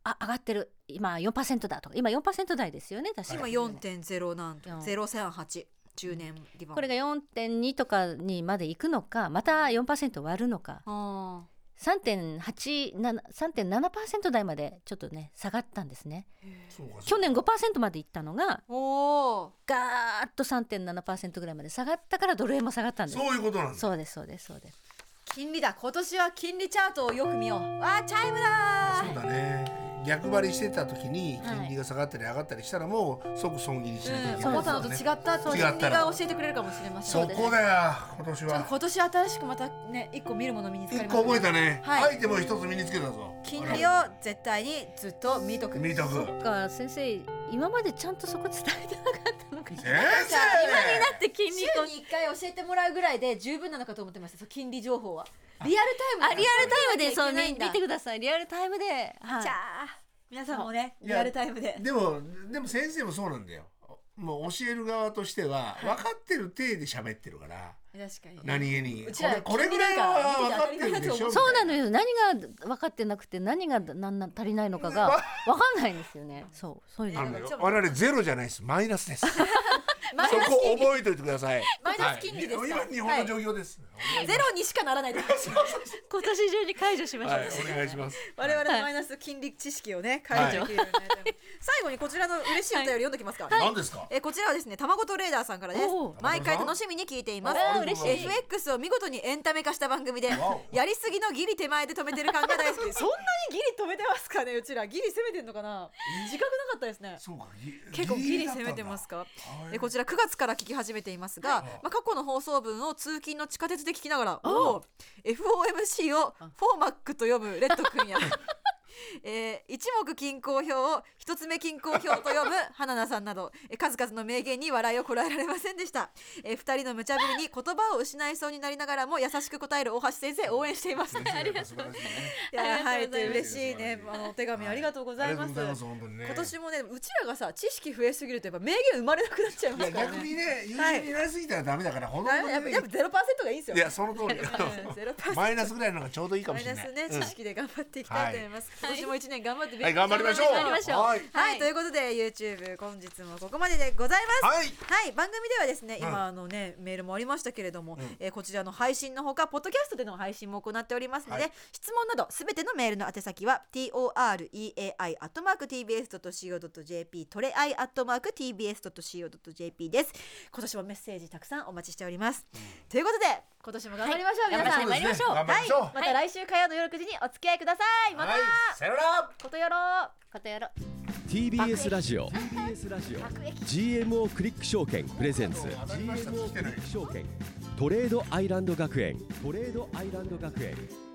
[SPEAKER 4] あ上がってる今4%だとか今4%台ですよね確か
[SPEAKER 3] 今4.0なんと
[SPEAKER 4] うん
[SPEAKER 3] 0.08 10年リバウンド
[SPEAKER 4] これが4.2とかにまで行くのかまた4%割るのか
[SPEAKER 3] あ
[SPEAKER 4] 3.87%台までちょっとね下がったんですね
[SPEAKER 2] そうか
[SPEAKER 4] 去年5%まで行ったのが
[SPEAKER 3] ーおお
[SPEAKER 4] ガーッと3.7%ぐらいまで下がったからドル円も下がったんです
[SPEAKER 2] そういうことなんだ。
[SPEAKER 4] そうですそうですそうです
[SPEAKER 3] 金利だ今年は金利チャートをよく見ようわあチャイムだ
[SPEAKER 2] そうだね。逆張りしてた時に金利が下がったり上がったりしたらもう即損切りしなきゃいけ
[SPEAKER 3] う、
[SPEAKER 2] なんい
[SPEAKER 3] 思
[SPEAKER 2] で
[SPEAKER 3] っ
[SPEAKER 2] す
[SPEAKER 3] た
[SPEAKER 2] よ
[SPEAKER 3] のと
[SPEAKER 2] ね。
[SPEAKER 3] 違った金利
[SPEAKER 2] 違ったら
[SPEAKER 3] が教えてくれるかもしれませ
[SPEAKER 2] そ
[SPEAKER 3] んち
[SPEAKER 2] こだよ今年
[SPEAKER 3] ょっと
[SPEAKER 2] は。
[SPEAKER 3] 今年新しくまたね一個見るもの身につか
[SPEAKER 2] 一
[SPEAKER 3] りま
[SPEAKER 2] 個覚え
[SPEAKER 3] した
[SPEAKER 2] ね。
[SPEAKER 3] はい
[SPEAKER 2] アイテムを一つ身につけたぞ。
[SPEAKER 3] 金利を絶対にずっと見とく
[SPEAKER 2] 見とく。
[SPEAKER 4] が先生今までちゃんとそこ伝えてなかったのかくりし
[SPEAKER 2] 先
[SPEAKER 4] た今に
[SPEAKER 2] 生
[SPEAKER 4] なって筋
[SPEAKER 3] 週
[SPEAKER 4] 肉を
[SPEAKER 3] に1回教えてもらうぐらいで十分なのかと思ってましたそう金利情報はリアルタイム
[SPEAKER 4] あリアルタイムでそう
[SPEAKER 3] 見
[SPEAKER 4] 見見てくださいリアルタイムで、はい
[SPEAKER 3] じゃあ皆さんもね
[SPEAKER 2] い
[SPEAKER 3] リアルタイムで
[SPEAKER 2] でもでも先生もそうなんだよもう教える側としては分かってる体で喋ってるから
[SPEAKER 3] 確かに
[SPEAKER 2] 何気に
[SPEAKER 3] うちら
[SPEAKER 2] これこれぐらいは分かってるでしょ
[SPEAKER 4] そうなの
[SPEAKER 2] よ
[SPEAKER 4] よ何が分かってなくて何がなんなん足りないのかが分かんないんですよねそうそういう
[SPEAKER 2] あ
[SPEAKER 4] の
[SPEAKER 2] の
[SPEAKER 4] が
[SPEAKER 2] よ我々ゼロじゃないですマイナスですそこ
[SPEAKER 3] マイナス金利
[SPEAKER 2] 覚えておいてください
[SPEAKER 3] マイナス金利ですか
[SPEAKER 2] はい今日本の状況です
[SPEAKER 3] ゼロにしかならないと
[SPEAKER 4] 今年中に解除しましょう、
[SPEAKER 2] はいお願いします
[SPEAKER 3] 我々のマイナス金利知識をね解除できるようになりたい最後にこちらの嬉しいお便り読んできますからね
[SPEAKER 2] 何ですか
[SPEAKER 3] えーこちらはですね卵トレーダーさんからです
[SPEAKER 4] おう
[SPEAKER 3] 毎回楽しみに聞いています
[SPEAKER 2] ああ嬉しい
[SPEAKER 3] FX を見事にエンタメ化した番組で
[SPEAKER 2] わお
[SPEAKER 3] やりすぎのギリ手前で止めてる感が大好きですそんなにギリ止めてますかねうちらギリ攻めてんのかな自覚なかったですね
[SPEAKER 2] そうか
[SPEAKER 3] 結構ギリ攻めてますか
[SPEAKER 2] はい
[SPEAKER 3] えこちら9月から聞き始めていますが、まあ、過去の放送分を通勤の地下鉄で聞きながらおう FOMC をフォーマックと読むレッド君や、えー一目均衡表を一つ目均衡表と読む 花菜さんなどえ数々の名言に笑いをこらえられませんでした、え2人の無茶ぶりに言葉を失いそうになりながらも優しく答える大橋先生応援していま す
[SPEAKER 2] ありがとうございます
[SPEAKER 3] いや
[SPEAKER 4] あ
[SPEAKER 3] は
[SPEAKER 4] り
[SPEAKER 3] いと
[SPEAKER 4] がとうございます
[SPEAKER 3] いう嬉しいねあのお手紙ありがとうございます、
[SPEAKER 2] ありがとうございます本当にね
[SPEAKER 3] 今年もねうちらがさ知識増えすぎるとやっぱ名言生まれなくなっちゃい
[SPEAKER 2] い
[SPEAKER 3] ます
[SPEAKER 2] や
[SPEAKER 3] からね
[SPEAKER 2] 逆にね優
[SPEAKER 3] はい
[SPEAKER 2] 秀になりすぎたらダメだからほど
[SPEAKER 3] だ
[SPEAKER 2] ほど
[SPEAKER 3] めやっぱやっぱゼロパーセントがいいんですよ。
[SPEAKER 2] いやその通り
[SPEAKER 3] うんゼロパーセント
[SPEAKER 2] マイナスぐらいのがちょうどいいかも
[SPEAKER 3] マイ
[SPEAKER 2] しれ
[SPEAKER 3] ナ
[SPEAKER 2] ない
[SPEAKER 3] スね知識で頑張っていきたいと思います。今年も一年頑張って
[SPEAKER 2] うんはい頑張りましょう
[SPEAKER 4] 頑張りましょう
[SPEAKER 2] はい
[SPEAKER 3] はい、
[SPEAKER 4] はい
[SPEAKER 3] ということで YouTube 本日もここまででございます。
[SPEAKER 2] はい
[SPEAKER 3] はい、番組ではですね、
[SPEAKER 2] うん
[SPEAKER 3] 今あのねメールもありましたけれども、えーこちらの配信のほかポッドキャストでの配信も行っておりますので、
[SPEAKER 2] はい
[SPEAKER 3] 質問などすべてのメールの宛先は t o r e a i アットマーク t b s ドット c o ドット j p トレアイアットマーク t b s ドット c o ドット j p です。今年もメッセージたくさんお待ちしております。ということで今年も頑張りましょう、
[SPEAKER 4] はい
[SPEAKER 3] 皆さん。
[SPEAKER 4] 頑張りましょう
[SPEAKER 2] 頑張りましょう
[SPEAKER 3] はい、また来週火曜の夜9時にお付き合いください。また、
[SPEAKER 2] はいさよなら
[SPEAKER 3] ことよろ。
[SPEAKER 4] ことやろ
[SPEAKER 1] TBS ラジオ TBS ラジオ GMO クリック証券プレゼンツ
[SPEAKER 2] 当たりました来てない
[SPEAKER 1] 証券トレードアイランド学園トレードアイランド学園